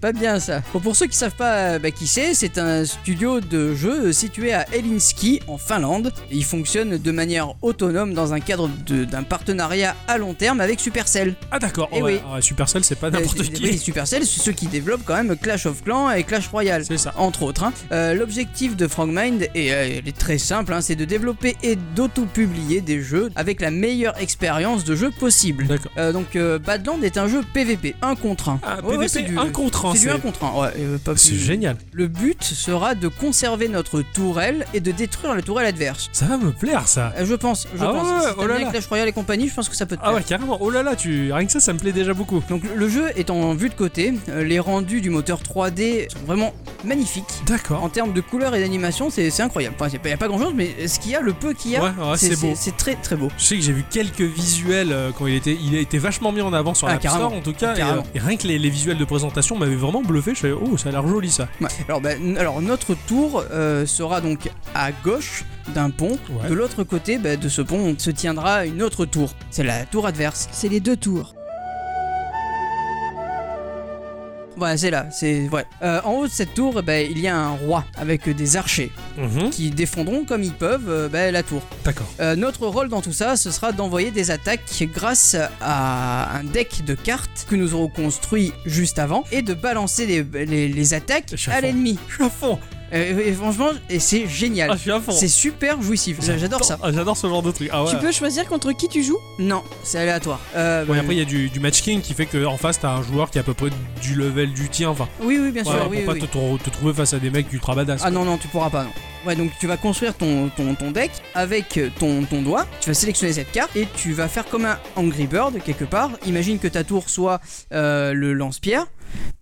Speaker 3: Pas bien ça. Bon, pour ceux qui savent pas euh, bah, qui c'est, c'est un studio de jeu situé à Helsinki en Finlande. Il fonctionne de manière autonome dans un cadre de- d'un partenariat à long terme avec Supercell.
Speaker 2: Ah d'accord,
Speaker 3: Eh
Speaker 2: ouais,
Speaker 3: oui.
Speaker 2: ouais, Supercell, c'est pas
Speaker 3: Euh,
Speaker 2: <laughs> n'importe
Speaker 3: c'est-
Speaker 2: qui.
Speaker 3: oui, Supercell, c'est ceux qui développent quand même Clash of Clans et Clash Royale.
Speaker 2: C'est ça.
Speaker 3: Entre autres, hein. Euh, l'objectif de Frogmind est, euh, il est très simple, hein, c'est de développer et d'auto-publier des jeux avec la meilleure expérience de jeu possible.
Speaker 2: D'accord.
Speaker 3: Euh, donc euh, Badland est un jeu PVP, 1 contre 1.
Speaker 2: Ah,
Speaker 3: Ouais, ouais, c'est
Speaker 2: PVP,
Speaker 3: du-
Speaker 2: un contre un,
Speaker 3: c'est du
Speaker 2: c'est-
Speaker 3: 1 contre 1, ouais, euh, pas
Speaker 2: C'est
Speaker 3: plus-
Speaker 2: génial.
Speaker 3: Le but sera de conserver notre tourelle et de détruire la tourelle adverse.
Speaker 2: Ça va me plaire ça.
Speaker 3: Euh, Je pense, je
Speaker 2: Ah
Speaker 3: pense.
Speaker 2: ouais,
Speaker 3: si t'aimes
Speaker 2: oh là
Speaker 3: bien
Speaker 2: là.
Speaker 3: Clash Royale et compagnie, je pense que ça peut te
Speaker 2: Ah
Speaker 3: plaire.
Speaker 2: ouais, carrément. Oh là là, tu... rien que ça, ça me plaît déjà beaucoup.
Speaker 3: Donc le- le jeu est en vue de côté, euh, les rendus du moteur 3D sont vraiment magnifiques.
Speaker 2: D'accord.
Speaker 3: En termes de couleurs et d'animation, c'est c'est incroyable. Enfin, il n'y a pas grand chose, mais ce qu'il y a, le peu qu'il y
Speaker 2: Ouais,
Speaker 3: a,
Speaker 2: ouais, c'est beau.
Speaker 3: C'est très très beau.
Speaker 2: Je sais que j'ai vu quelques visuels euh, quand il était, il a été vachement mis en avant sur
Speaker 3: Ah,
Speaker 2: l'App Store
Speaker 3: carrément.
Speaker 2: en tout cas. Et,
Speaker 3: Carrément.
Speaker 2: euh, et rien que les, les visuels de présentation m'avaient vraiment bluffé. Je fais, oh, ça a l'air joli ça.
Speaker 3: Ouais. Alors, bah, n- alors notre tour euh, sera donc à gauche d'un pont.
Speaker 2: Ouais.
Speaker 3: De l'autre côté bah, de ce pont se tiendra une autre tour. C'est la tour adverse.
Speaker 1: C'est les deux tours.
Speaker 3: Voilà, c'est là. C'est ouais. Euh, en haut de cette tour, bah, il y a un roi avec des archers
Speaker 2: Mhm.
Speaker 3: qui défendront comme ils peuvent euh, bah, la tour.
Speaker 2: D'accord.
Speaker 3: Euh, notre rôle dans tout ça, ce sera d'envoyer des attaques grâce à un deck de cartes que nous aurons construit juste avant et de balancer les, les- les attaques
Speaker 2: Je suis à
Speaker 3: à
Speaker 2: fond.
Speaker 3: l'ennemi.
Speaker 2: Je suis à fond.
Speaker 3: Euh, et franchement, et c'est génial.
Speaker 2: Ah, je suis à fond.
Speaker 3: c'est super jouissif. J'a- J'adore ça.
Speaker 2: Ah, J'adore ce genre de truc. Ah ouais.
Speaker 1: Tu peux choisir contre qui tu joues
Speaker 3: Non, c'est aléatoire. Euh,
Speaker 2: Ouais, après il y a du, du matchking qui fait que en face t'as un joueur qui est à peu près du level du tien, enfin
Speaker 3: oui, oui, bien
Speaker 2: ouais,
Speaker 3: sûr.
Speaker 2: pour
Speaker 3: oui,
Speaker 2: pas
Speaker 3: oui,
Speaker 2: te,
Speaker 3: oui.
Speaker 2: tr- te trouver face à des mecs ultra badass.
Speaker 3: Ah non, non, tu pourras pas, non. Ouais, donc tu vas construire ton, ton, ton deck avec ton, ton doigt, tu vas sélectionner cette carte et tu vas faire comme un Angry Bird quelque part. Imagine que ta tour soit euh, le lance-pierre.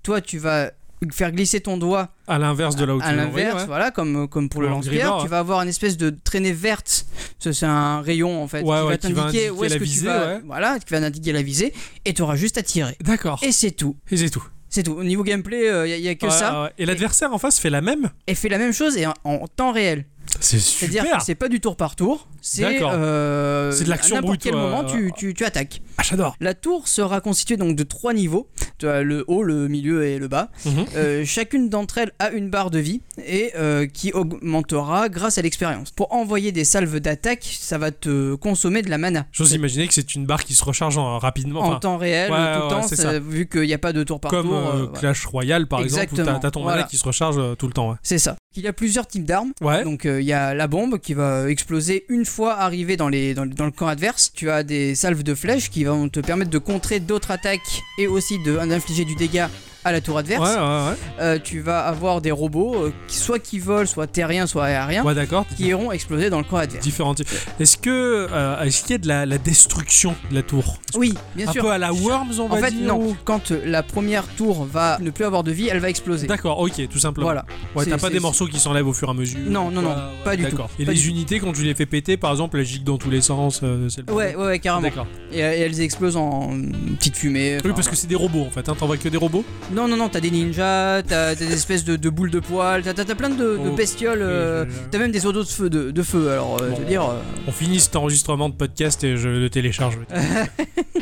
Speaker 3: Toi, tu vas faire glisser ton doigt
Speaker 2: à l'inverse de là où Ah, tu
Speaker 3: à
Speaker 2: l'as envoyé,
Speaker 3: l'inverse,
Speaker 2: ouais.
Speaker 3: voilà, comme, comme pour
Speaker 2: Ou
Speaker 3: le
Speaker 2: un
Speaker 3: lance-pierre,
Speaker 2: gribard,
Speaker 3: tu
Speaker 2: hein.
Speaker 3: vas avoir une espèce de traînée verte. Ça, c'est un rayon en fait
Speaker 2: Ouais,
Speaker 3: qui
Speaker 2: ouais,
Speaker 3: va
Speaker 2: qui va
Speaker 3: t'indiquer où
Speaker 2: indiquer
Speaker 3: est-ce
Speaker 2: la
Speaker 3: que tu
Speaker 2: visée,
Speaker 3: vas,
Speaker 2: ouais.
Speaker 3: voilà, qui va indiquer la visée, et tu auras juste à tirer.
Speaker 2: D'accord.
Speaker 3: Et c'est tout,
Speaker 2: Et c'est tout.
Speaker 3: c'est tout. Au niveau gameplay, il y, a que
Speaker 2: Ouais, euh.
Speaker 3: ça.
Speaker 2: ouais. Et l'adversaire en face fait la même
Speaker 3: Elle fait la même chose et en, en temps réel.
Speaker 2: C'est
Speaker 3: C'est-à-dire
Speaker 2: super.
Speaker 3: que c'est pas du tour par tour, c'est
Speaker 2: D'accord.
Speaker 3: euh,
Speaker 2: C'est de l'action
Speaker 3: à n'importe
Speaker 2: brute,
Speaker 3: quel
Speaker 2: ouais,
Speaker 3: moment
Speaker 2: ouais,
Speaker 3: tu,
Speaker 2: ouais.
Speaker 3: tu, tu attaques.
Speaker 2: Ah, j'adore.
Speaker 3: La tour sera constituée donc de trois niveaux, Tu as le haut, le milieu et le bas.
Speaker 2: Mhm. <laughs>
Speaker 3: Euh, chacune d'entre elles a une barre de vie et euh, qui augmentera grâce à l'expérience. Pour envoyer des salves d'attaque, ça va te consommer de la mana.
Speaker 2: J'ose imaginer que c'est une barre qui se recharge en- rapidement.
Speaker 3: en
Speaker 2: enfin,
Speaker 3: temps réel,
Speaker 2: ouais,
Speaker 3: tout le
Speaker 2: ouais,
Speaker 3: temps,
Speaker 2: c'est
Speaker 3: ça-
Speaker 2: ça.
Speaker 3: vu qu'il n'y a pas de tour par
Speaker 2: comme
Speaker 3: tour.
Speaker 2: euh,
Speaker 3: euh, voilà.
Speaker 2: Clash Royale par exemple, où
Speaker 3: Exactement,
Speaker 2: t'as- t'as ton
Speaker 3: voilà.
Speaker 2: mana qui se recharge euh, tout le temps. Ouais.
Speaker 3: C'est ça. Il y a plusieurs types d'armes.
Speaker 2: Ouais.
Speaker 3: Donc euh, il y a la bombe qui va exploser une fois arrivée dans, les, dans, dans le camp adverse. Tu as des salves de flèches qui vont te permettre de contrer d'autres attaques et aussi de- d'infliger du dégât à la tour
Speaker 2: Ouais,
Speaker 3: adverse.
Speaker 2: ouais,
Speaker 3: Euh, tu vas avoir des robots, euh, qui- soit qui volent, soit terriens, soit aériens,
Speaker 2: ouais. Ouais, d'accord.
Speaker 3: Hein qui iront exploser dans le camp adverse.
Speaker 2: Différents types. Est-ce que euh, est-ce qu'il y a de la, la destruction de la tour
Speaker 3: Oui, bien
Speaker 2: Un
Speaker 3: sûr.
Speaker 2: peu à la Worms, on
Speaker 3: en
Speaker 2: va
Speaker 3: fait,
Speaker 2: dire
Speaker 3: non.
Speaker 2: ou-
Speaker 3: Quand euh, la première tour va ne plus avoir de vie, elle va exploser.
Speaker 2: D'accord, ok, tout simplement.
Speaker 3: Voilà.
Speaker 2: Ouais,
Speaker 3: C'est-
Speaker 2: t'as pas
Speaker 3: c'est-
Speaker 2: des morceaux qui s'enlèvent au fur et à mesure.
Speaker 3: Non, non, non,
Speaker 2: Ouais, ouais,
Speaker 3: pas du
Speaker 2: d'accord.
Speaker 3: tout.
Speaker 2: Et
Speaker 3: Pas
Speaker 2: les
Speaker 3: du
Speaker 2: unités, quand tu les fais péter, par exemple, elles giclent dans tous les sens. euh, c'est le
Speaker 3: Ouais, ouais, ouais, carrément.
Speaker 2: D'accord.
Speaker 3: Et, et elles explosent en euh, petite fumée.
Speaker 2: Oui,
Speaker 3: enfin,
Speaker 2: parce que c'est des robots en fait. Hein. T'en vois que des robots
Speaker 3: Non, non, non, t'as des ninjas, t'as des espèces de, de boules de poils, t'as, t'as- t'as plein de, de
Speaker 2: Oh.
Speaker 3: bestioles, euh,
Speaker 2: Oui, je- je-
Speaker 3: t'as même des oiseaux de feu, de, de feu alors euh,
Speaker 2: Bon.
Speaker 3: je veux dire. euh,
Speaker 2: On finit cet enregistrement de podcast
Speaker 3: <laughs>
Speaker 2: et je le télécharge.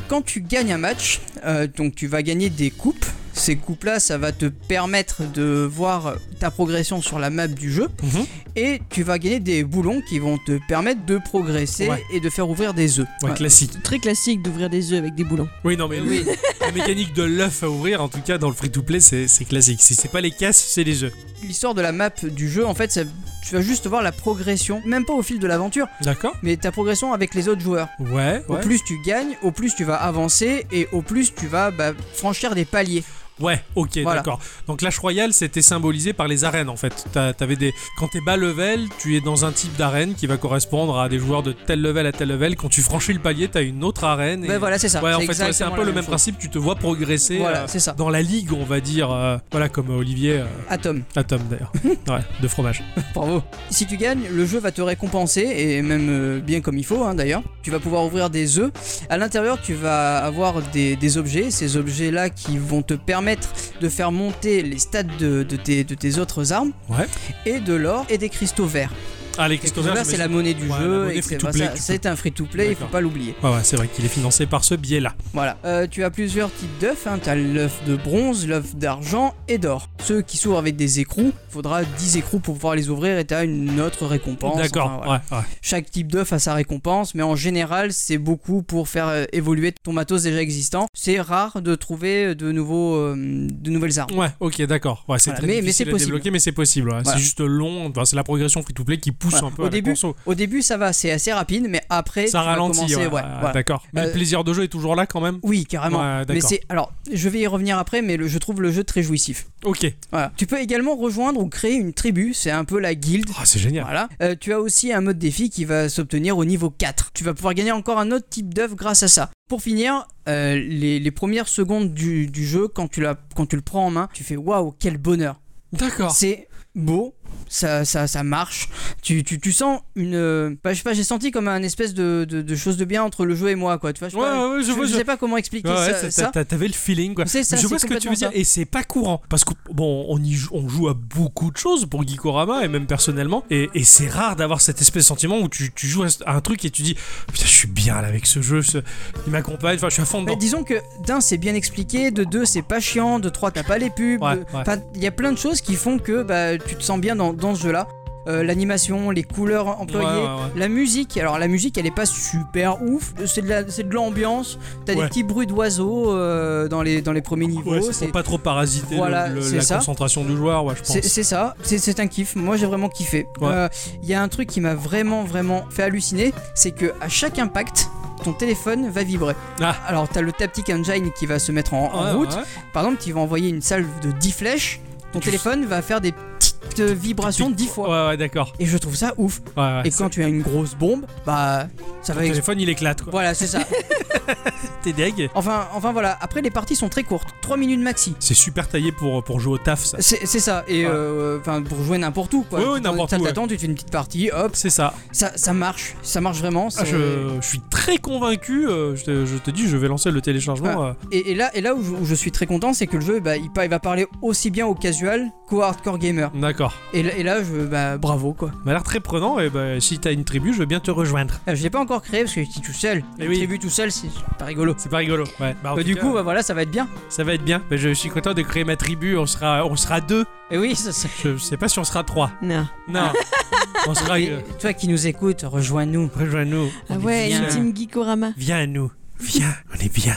Speaker 3: Quand tu gagnes un match, euh, donc tu vas gagner des coupes. Ces coupes-là, ça va te permettre de voir ta progression sur la map du jeu
Speaker 2: Mhm.
Speaker 3: et tu vas gagner des boulons qui vont te permettre de progresser
Speaker 2: Ouais.
Speaker 3: et de faire ouvrir des œufs.
Speaker 2: Ouais,
Speaker 3: Ouais.
Speaker 2: classique.
Speaker 1: Très classique d'ouvrir des œufs avec des boulons.
Speaker 2: Oui, non, mais
Speaker 3: Oui.
Speaker 2: <laughs> la mécanique de l'œuf à ouvrir, en tout cas, dans le free-to-play, c'est c'est classique. Si c'est pas les casses, c'est les œufs.
Speaker 3: L'histoire de la map du jeu, en fait, ça- tu vas juste voir la progression, même pas au fil de l'aventure,
Speaker 2: D'accord
Speaker 3: mais ta progression avec les autres joueurs.
Speaker 2: Ouais,
Speaker 3: Au
Speaker 2: ouais.
Speaker 3: plus tu gagnes, au plus tu vas avancer et au plus tu vas bah, franchir des paliers.
Speaker 2: Ouais, ok,
Speaker 3: Voilà.
Speaker 2: d'accord. Donc Clash Royale, c'était symbolisé par les arènes en fait. T'as- T'avais des... Quand t'es bas level, tu es dans un type d'arène qui va correspondre à des joueurs de tel level à tel level. Quand tu franchis le palier, t'as une autre arène. et-
Speaker 3: Ben voilà, c'est ça.
Speaker 2: Ouais, en
Speaker 3: c'est
Speaker 2: fait, ouais, c'est un
Speaker 3: exactement
Speaker 2: peu
Speaker 3: la
Speaker 2: le même
Speaker 3: chose.
Speaker 2: principe. Tu te vois progresser
Speaker 3: Voilà,
Speaker 2: euh,
Speaker 3: c'est
Speaker 2: <laughs>
Speaker 3: ça.
Speaker 2: dans la ligue, on va dire. euh, voilà, comme Olivier, euh,
Speaker 3: Atom,
Speaker 2: Atom d'ailleurs.
Speaker 3: <laughs>
Speaker 2: ouais, de fromage.
Speaker 3: bravo. Si tu gagnes, le jeu va te récompenser, et même euh, bien comme il faut hein, d'ailleurs. Tu vas pouvoir ouvrir des œufs. À l'intérieur, tu vas avoir des, des objets. Ces objets-là qui vont te permettre de faire monter les stats de, de tes, de tes autres armes.
Speaker 2: Ouais.
Speaker 3: Et de l'or et des cristaux verts.
Speaker 2: Ah, les
Speaker 3: Les
Speaker 2: cristaux
Speaker 3: cristaux
Speaker 2: verts,
Speaker 3: verts, c'est la
Speaker 2: j'imagine.
Speaker 3: monnaie du
Speaker 2: Ouais, la
Speaker 3: jeu.
Speaker 2: monnaie
Speaker 3: et c'est- bah,
Speaker 2: free-to-play
Speaker 3: ça-
Speaker 2: que tu
Speaker 3: C'est un free-to-play, il faut
Speaker 2: D'accord.
Speaker 3: pas l'oublier.
Speaker 2: Ouais, ouais, c'est vrai qu'il est financé par ce biais-là.
Speaker 3: Voilà, Euh, tu as plusieurs types d'œufs, hein. tu as l'œuf de bronze, l'œuf d'argent et d'or. Ceux qui s'ouvrent avec des écrous, faudra 10 écrous pour pouvoir les ouvrir et tu as une autre récompense.
Speaker 2: D'accord,
Speaker 3: enfin, voilà.
Speaker 2: ouais, ouais.
Speaker 3: Chaque type d'œuf a sa récompense, mais en général, c'est beaucoup pour faire euh, évoluer ton matos déjà existant. C'est rare de trouver de, nouveaux, euh, de nouvelles armes.
Speaker 2: Ouais, ok, d'accord. Ouais, c'est
Speaker 3: Voilà,
Speaker 2: très
Speaker 3: mais- mais
Speaker 2: difficile
Speaker 3: c'est
Speaker 2: à
Speaker 3: possible.
Speaker 2: débloquer, mais c'est possible. ouais.
Speaker 3: Voilà.
Speaker 2: C'est juste long. Enfin, c'est la progression free-to-play qui pousse
Speaker 3: Voilà.
Speaker 2: un peu
Speaker 3: Au
Speaker 2: à la
Speaker 3: début,
Speaker 2: conso.
Speaker 3: Au début, ça va, c'est assez rapide, mais après,
Speaker 2: ça
Speaker 3: tu vas
Speaker 2: ralentit.
Speaker 3: commencer-
Speaker 2: ouais,
Speaker 3: ouais,
Speaker 2: ah,
Speaker 3: voilà.
Speaker 2: D'accord. Mais le
Speaker 3: Euh,
Speaker 2: plaisir de jeu est toujours là quand même.
Speaker 3: Oui, carrément.
Speaker 2: Ouais,
Speaker 3: mais
Speaker 2: d'accord.
Speaker 3: c'est alors, je vais y revenir après, mais le- je trouve le jeu très jouissif.
Speaker 2: Ok.
Speaker 3: Voilà. Tu peux également rejoindre ou créer une tribu, c'est un peu la guilde.
Speaker 2: Ah, c'est génial.
Speaker 3: Voilà. Euh, tu as aussi un mode défi qui va s'obtenir au niveau 4. Tu vas pouvoir gagner encore un autre type d'œuf grâce à ça. Pour finir, euh, les, les premières secondes du, du jeu, quand tu, la- quand tu le prends en main, tu fais waouh, quel bonheur!
Speaker 2: D'accord.
Speaker 3: C'est beau, ça, ça, ça marche. Tu, tu, tu sens une. euh, bah, je sais pas, j'ai senti comme un espèce de, de, de chose de bien entre le jeu et moi, quoi. Tu vois, je sais
Speaker 2: Ouais,
Speaker 3: pas,
Speaker 2: ouais, ouais, je vois, je-
Speaker 3: sais pas comment expliquer
Speaker 2: Ouais,
Speaker 3: ça.
Speaker 2: t'as-
Speaker 3: ça.
Speaker 2: t'as- T'avais le feeling quoi.
Speaker 3: C'est ça,
Speaker 2: je vois
Speaker 3: c'est
Speaker 2: ce que tu veux
Speaker 3: complètement
Speaker 2: dire
Speaker 3: ça.
Speaker 2: et c'est pas courant parce que bon on y joue, on joue à beaucoup de choses pour Gikorama et même personnellement et, et c'est rare d'avoir cette espèce de sentiment où tu, tu joues à un truc et tu dis putain je suis bien là avec ce jeu ce- il m'accompagne enfin je suis à fond
Speaker 3: Bah,
Speaker 2: dedans
Speaker 3: disons que d'un c'est bien expliqué, de deux c'est pas chiant, de trois t'as pas les pubs.
Speaker 2: Ouais,
Speaker 3: de-
Speaker 2: ouais.
Speaker 3: enfin, Il y a plein de choses qui font que bah, tu te sens bien dans, dans ce jeu-là. Euh, L'animation, les couleurs employées,
Speaker 2: Ouais, ouais, ouais.
Speaker 3: la musique. Alors la musique elle est pas super ouf, c'est de la- c'est de l'ambiance. T'as
Speaker 2: Ouais.
Speaker 3: des petits bruits d'oiseaux euh, dans, les, dans les premiers niveaux.
Speaker 2: Ouais, c'est
Speaker 3: c'est-
Speaker 2: pour pas trop parasiter le-
Speaker 3: Voilà,
Speaker 2: le-
Speaker 3: c'est
Speaker 2: la
Speaker 3: ça.
Speaker 2: concentration du joueur ouais je pense
Speaker 3: c'est c'est ça, c'est- c'est un kiff. Moi j'ai vraiment kiffé.
Speaker 2: Ouais.
Speaker 3: Euh, Il y a un truc qui m'a vraiment vraiment fait halluciner, c'est que à chaque impact, ton téléphone va vibrer.
Speaker 2: Ah.
Speaker 3: Alors t'as le Taptic Engine qui va se mettre en, en
Speaker 2: Ouais,
Speaker 3: route.
Speaker 2: ouais.
Speaker 3: Par exemple, tu vas envoyer une salve de 10 flèches, ton
Speaker 2: Tu-
Speaker 3: téléphone va faire des petites euh, vibrations 10 fois.
Speaker 2: Ouais, ouais, d'accord.
Speaker 3: Et je trouve ça ouf.
Speaker 2: Ouais, ouais,
Speaker 3: Et quand tu as une grosse bombe, bah ça
Speaker 2: Ton
Speaker 3: va. ex-
Speaker 2: téléphone il éclate quoi.
Speaker 3: Voilà,
Speaker 2: <laughs>
Speaker 3: c'est ça.
Speaker 2: T'es deg.
Speaker 3: enfin, enfin voilà. Après, les parties sont très courtes, 3 minutes maxi.
Speaker 2: C'est super taillé pour, pour jouer au taf ça.
Speaker 3: C'est c'est ça. Et
Speaker 2: Ouais.
Speaker 3: euh, enfin pour jouer n'importe où quoi.
Speaker 2: Ouais, ouais,
Speaker 3: Tu t'en-
Speaker 2: n'importe
Speaker 3: t'as-
Speaker 2: où, ouais.
Speaker 3: T'attends, tu te fais une petite partie, hop,
Speaker 2: C'est ça.
Speaker 3: ça, ça marche, ça marche vraiment.
Speaker 2: Ah,
Speaker 3: c'est-
Speaker 2: je, je suis très convaincu. euh, je, te, je te dis, je vais lancer le téléchargement. euh.
Speaker 3: Et, et là, et là où, je, où je suis très content, c'est que le jeu, bah, il, pa- il va parler aussi bien aux casual qu'aux hardcore gamers.
Speaker 2: D'accord.
Speaker 3: Et là, et là je, bah, bravo quoi.
Speaker 2: Ça m'a l'air très prenant. Et ben, si t'as une tribu, je veux bien te rejoindre.
Speaker 3: Euh, Je l'ai pas encore créé parce que j'étais tout seul.
Speaker 2: Eh
Speaker 3: Une
Speaker 2: oui.
Speaker 3: tribu tout seul, c'est pas rigolo.
Speaker 2: C'est pas rigolo. Ouais. Bah, en
Speaker 3: Bah,
Speaker 2: tout
Speaker 3: du
Speaker 2: cas,
Speaker 3: coup, bah, voilà, ça va être bien.
Speaker 2: ça va être bien. Bah, je suis content de créer ma tribu. On sera, on sera deux.
Speaker 3: Et Eh oui, ça, ça-
Speaker 2: Je sais pas si on sera trois.
Speaker 1: Non.
Speaker 3: Ah,
Speaker 2: Non. <laughs> on sera.
Speaker 3: Et toi qui nous écoutes, rejoins-nous.
Speaker 2: Rejoins-nous.
Speaker 1: Ah
Speaker 2: On est
Speaker 1: ouais,
Speaker 2: bien.
Speaker 1: Intime Geekorama.
Speaker 2: Viens à nous. Viens. On est bien.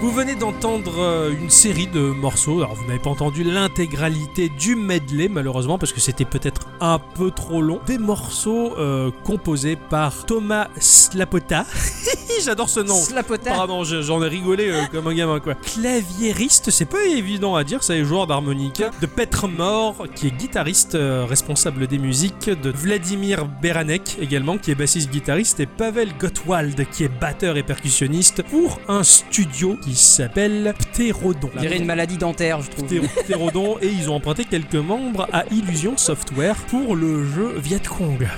Speaker 2: Vous venez d'entendre euh, une série de morceaux. Alors, vous n'avez pas entendu l'intégralité du medley, malheureusement, parce que c'était peut-être un peu trop long. Des morceaux euh, composés par Thomas Slapota. <laughs> J'adore ce nom.
Speaker 3: Slapota.
Speaker 2: Apparemment, je- j'en ai rigolé euh, comme un gamin, quoi. Claviériste, c'est pas évident à dire, ça est joueur d'harmonica. De Petr Mor, qui est guitariste euh, responsable des musiques. De Vladimir Beranek, également, qui est bassiste-guitariste. Et Pavel Gottwald, qui est batteur et percussionniste. Pour un studio qui s'appelle Pterodon.
Speaker 3: On dirait une maladie dentaire, je trouve.
Speaker 2: Ptéro- Ptérodon et ils ont emprunté quelques membres à Illusion Software pour le jeu Viet Cong.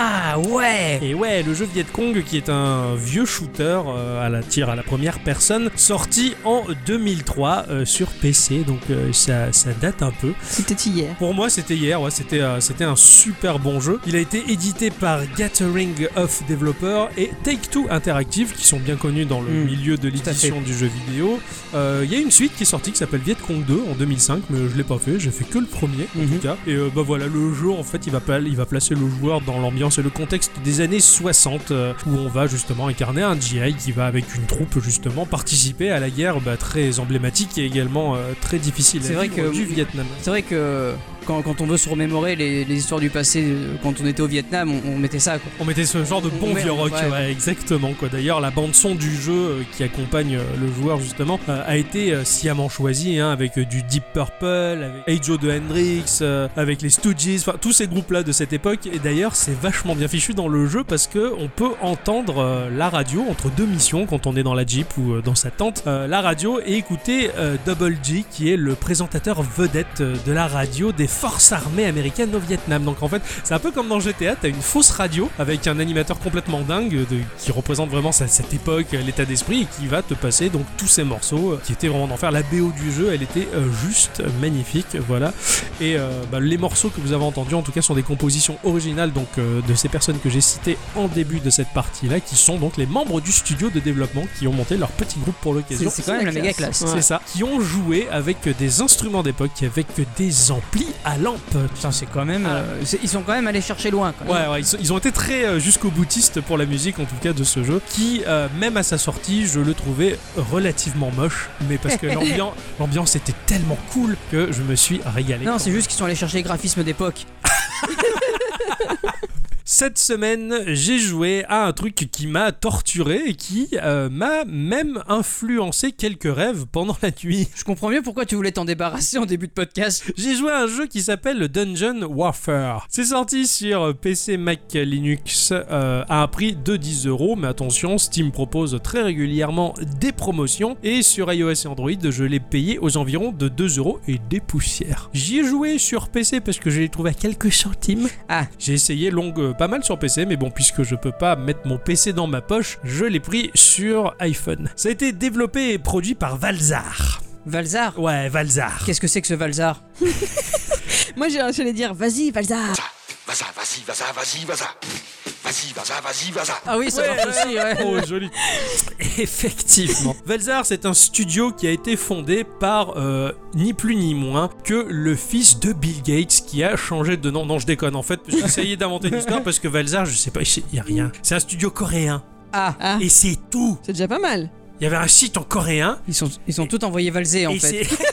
Speaker 3: Ah ouais
Speaker 2: Et ouais, le jeu Viet Cong qui est un vieux shooter euh, à la tire à la première personne sorti en 2003 euh, sur PC donc euh, ça, ça date un peu.
Speaker 1: C'était hier.
Speaker 2: Pour moi, c'était hier, ouais, c'était euh, c'était un super bon jeu. Il a été édité par Gathering of Developers et Take-Two Interactive qui sont bien connus dans le
Speaker 3: Mm.
Speaker 2: milieu de l'édition du jeu vidéo. Euh, Il y a une suite qui est sortie qui s'appelle Viet Cong 2 en 2005 mais je l'ai pas fait, j'ai fait que le premier en
Speaker 3: Mhm.
Speaker 2: tout cas. Et euh, bah voilà, le jeu en fait, il va pla- il va placer le joueur dans l'ambiance et le contexte des années 60 euh, où on va justement incarner un GI qui va avec une troupe justement participer à la guerre bah, très emblématique et également euh, très difficile à
Speaker 3: C'est vrai
Speaker 2: vivre
Speaker 3: que-
Speaker 2: du Vietnam.
Speaker 3: C'est vrai que quand, quand on veut se remémorer les, les histoires du passé, euh, quand on était au Vietnam, on, on mettait ça quoi.
Speaker 2: On mettait ce genre de bon
Speaker 3: Ouais,
Speaker 2: vieux rock,
Speaker 3: ouais.
Speaker 2: ouais, exactement. quoi. D'ailleurs, la bande son du jeu euh, qui accompagne euh, le joueur justement euh, a été euh, sciemment choisie, hein, avec euh, du Deep Purple, avec Ajo de Hendrix, euh, avec les Stooges, enfin tous ces groupes-là de cette époque. Et d'ailleurs, c'est vachement bien fichu dans le jeu parce que on peut entendre euh, la radio entre deux missions quand on est dans la jeep ou euh, dans sa tente, euh, la radio et écouter euh, Double G qui est le présentateur vedette euh, de la radio des forces armées américaines au Vietnam. Donc en fait, c'est un peu comme dans GTA, t'as une fausse radio avec un animateur complètement dingue de- qui représente vraiment sa- cette époque, euh, l'état d'esprit, et qui va te passer donc tous ces morceaux euh, qui étaient vraiment d'enfer. La BO du jeu, elle était euh, juste magnifique, voilà. Et euh, bah, les morceaux que vous avez entendus, en tout cas, sont des compositions originales donc euh, de ces personnes que j'ai citées en début de cette partie-là, qui sont donc les membres du studio de développement qui ont monté leur petit groupe pour l'occasion.
Speaker 3: C'est quand même la méga classe.
Speaker 2: C'est ça, qui ont joué avec des instruments d'époque, avec des amplis à Ah. lampe.
Speaker 3: Putain, c'est quand même. euh, c'est- ils sont quand même allés chercher loin quoi.
Speaker 2: Ouais, ouais, ils, sont- ils ont été très euh, jusqu'au boutiste pour la musique, en tout cas de ce jeu, qui, euh, même à sa sortie, je le trouvais relativement moche, mais
Speaker 3: <laughs>
Speaker 2: parce que l'ambiance- l'ambiance était tellement cool que je me suis régalé.
Speaker 3: Non, c'est juste qu'ils sont allés chercher les graphismes d'époque.
Speaker 2: Cette semaine, j'ai joué à un truc qui m'a torturé et qui euh, m'a même influencé quelques rêves pendant la nuit.
Speaker 3: Je comprends mieux pourquoi tu voulais t'en débarrasser en début de podcast.
Speaker 2: J'ai joué à un jeu qui s'appelle le Dungeon Warfare. C'est sorti sur PC, Mac, Linux euh, à un prix de 10 euros, mais attention, Steam propose très régulièrement des promotions et sur iOS et Android, je l'ai payé aux environs de 2 euros et des poussières. J'y ai joué sur PC parce que je l'ai trouvé à quelques centimes.
Speaker 3: Ah.
Speaker 2: J'ai essayé longue, euh, pas mal sur PC, mais bon, puisque je peux pas mettre mon PC dans ma poche, je l'ai pris sur iPhone. Ça a été développé et produit par Valzar.
Speaker 3: Valzar
Speaker 2: Ouais, Valzar.
Speaker 3: Qu'est-ce que c'est que ce Valzar
Speaker 1: Moi, j'ai- j'allais dire, vas-y, Valzar.
Speaker 5: Vas-y, vas-y, vas-y, vas-y, vas-y. Vas-y, vas-y, vas-y, vas-y.
Speaker 3: Ah oui, ça marche aussi, ouais.
Speaker 2: Oh, joli. <laughs> Effectivement. Valzar, c'est un studio qui a été fondé par euh, ni plus ni moins que le fils de Bill Gates qui a changé de nom. Non, je déconne en fait. J'ai essayé d'inventer une histoire parce que Valzar, je sais pas, il y a rien. C'est un studio coréen.
Speaker 3: Ah,
Speaker 1: Ah,
Speaker 2: Et c'est tout.
Speaker 1: c'est déjà pas mal.
Speaker 2: Il y avait un site en coréen.
Speaker 3: ils sont, ils sont tous envoyés valser en
Speaker 2: et
Speaker 3: fait.
Speaker 2: c'est- <laughs>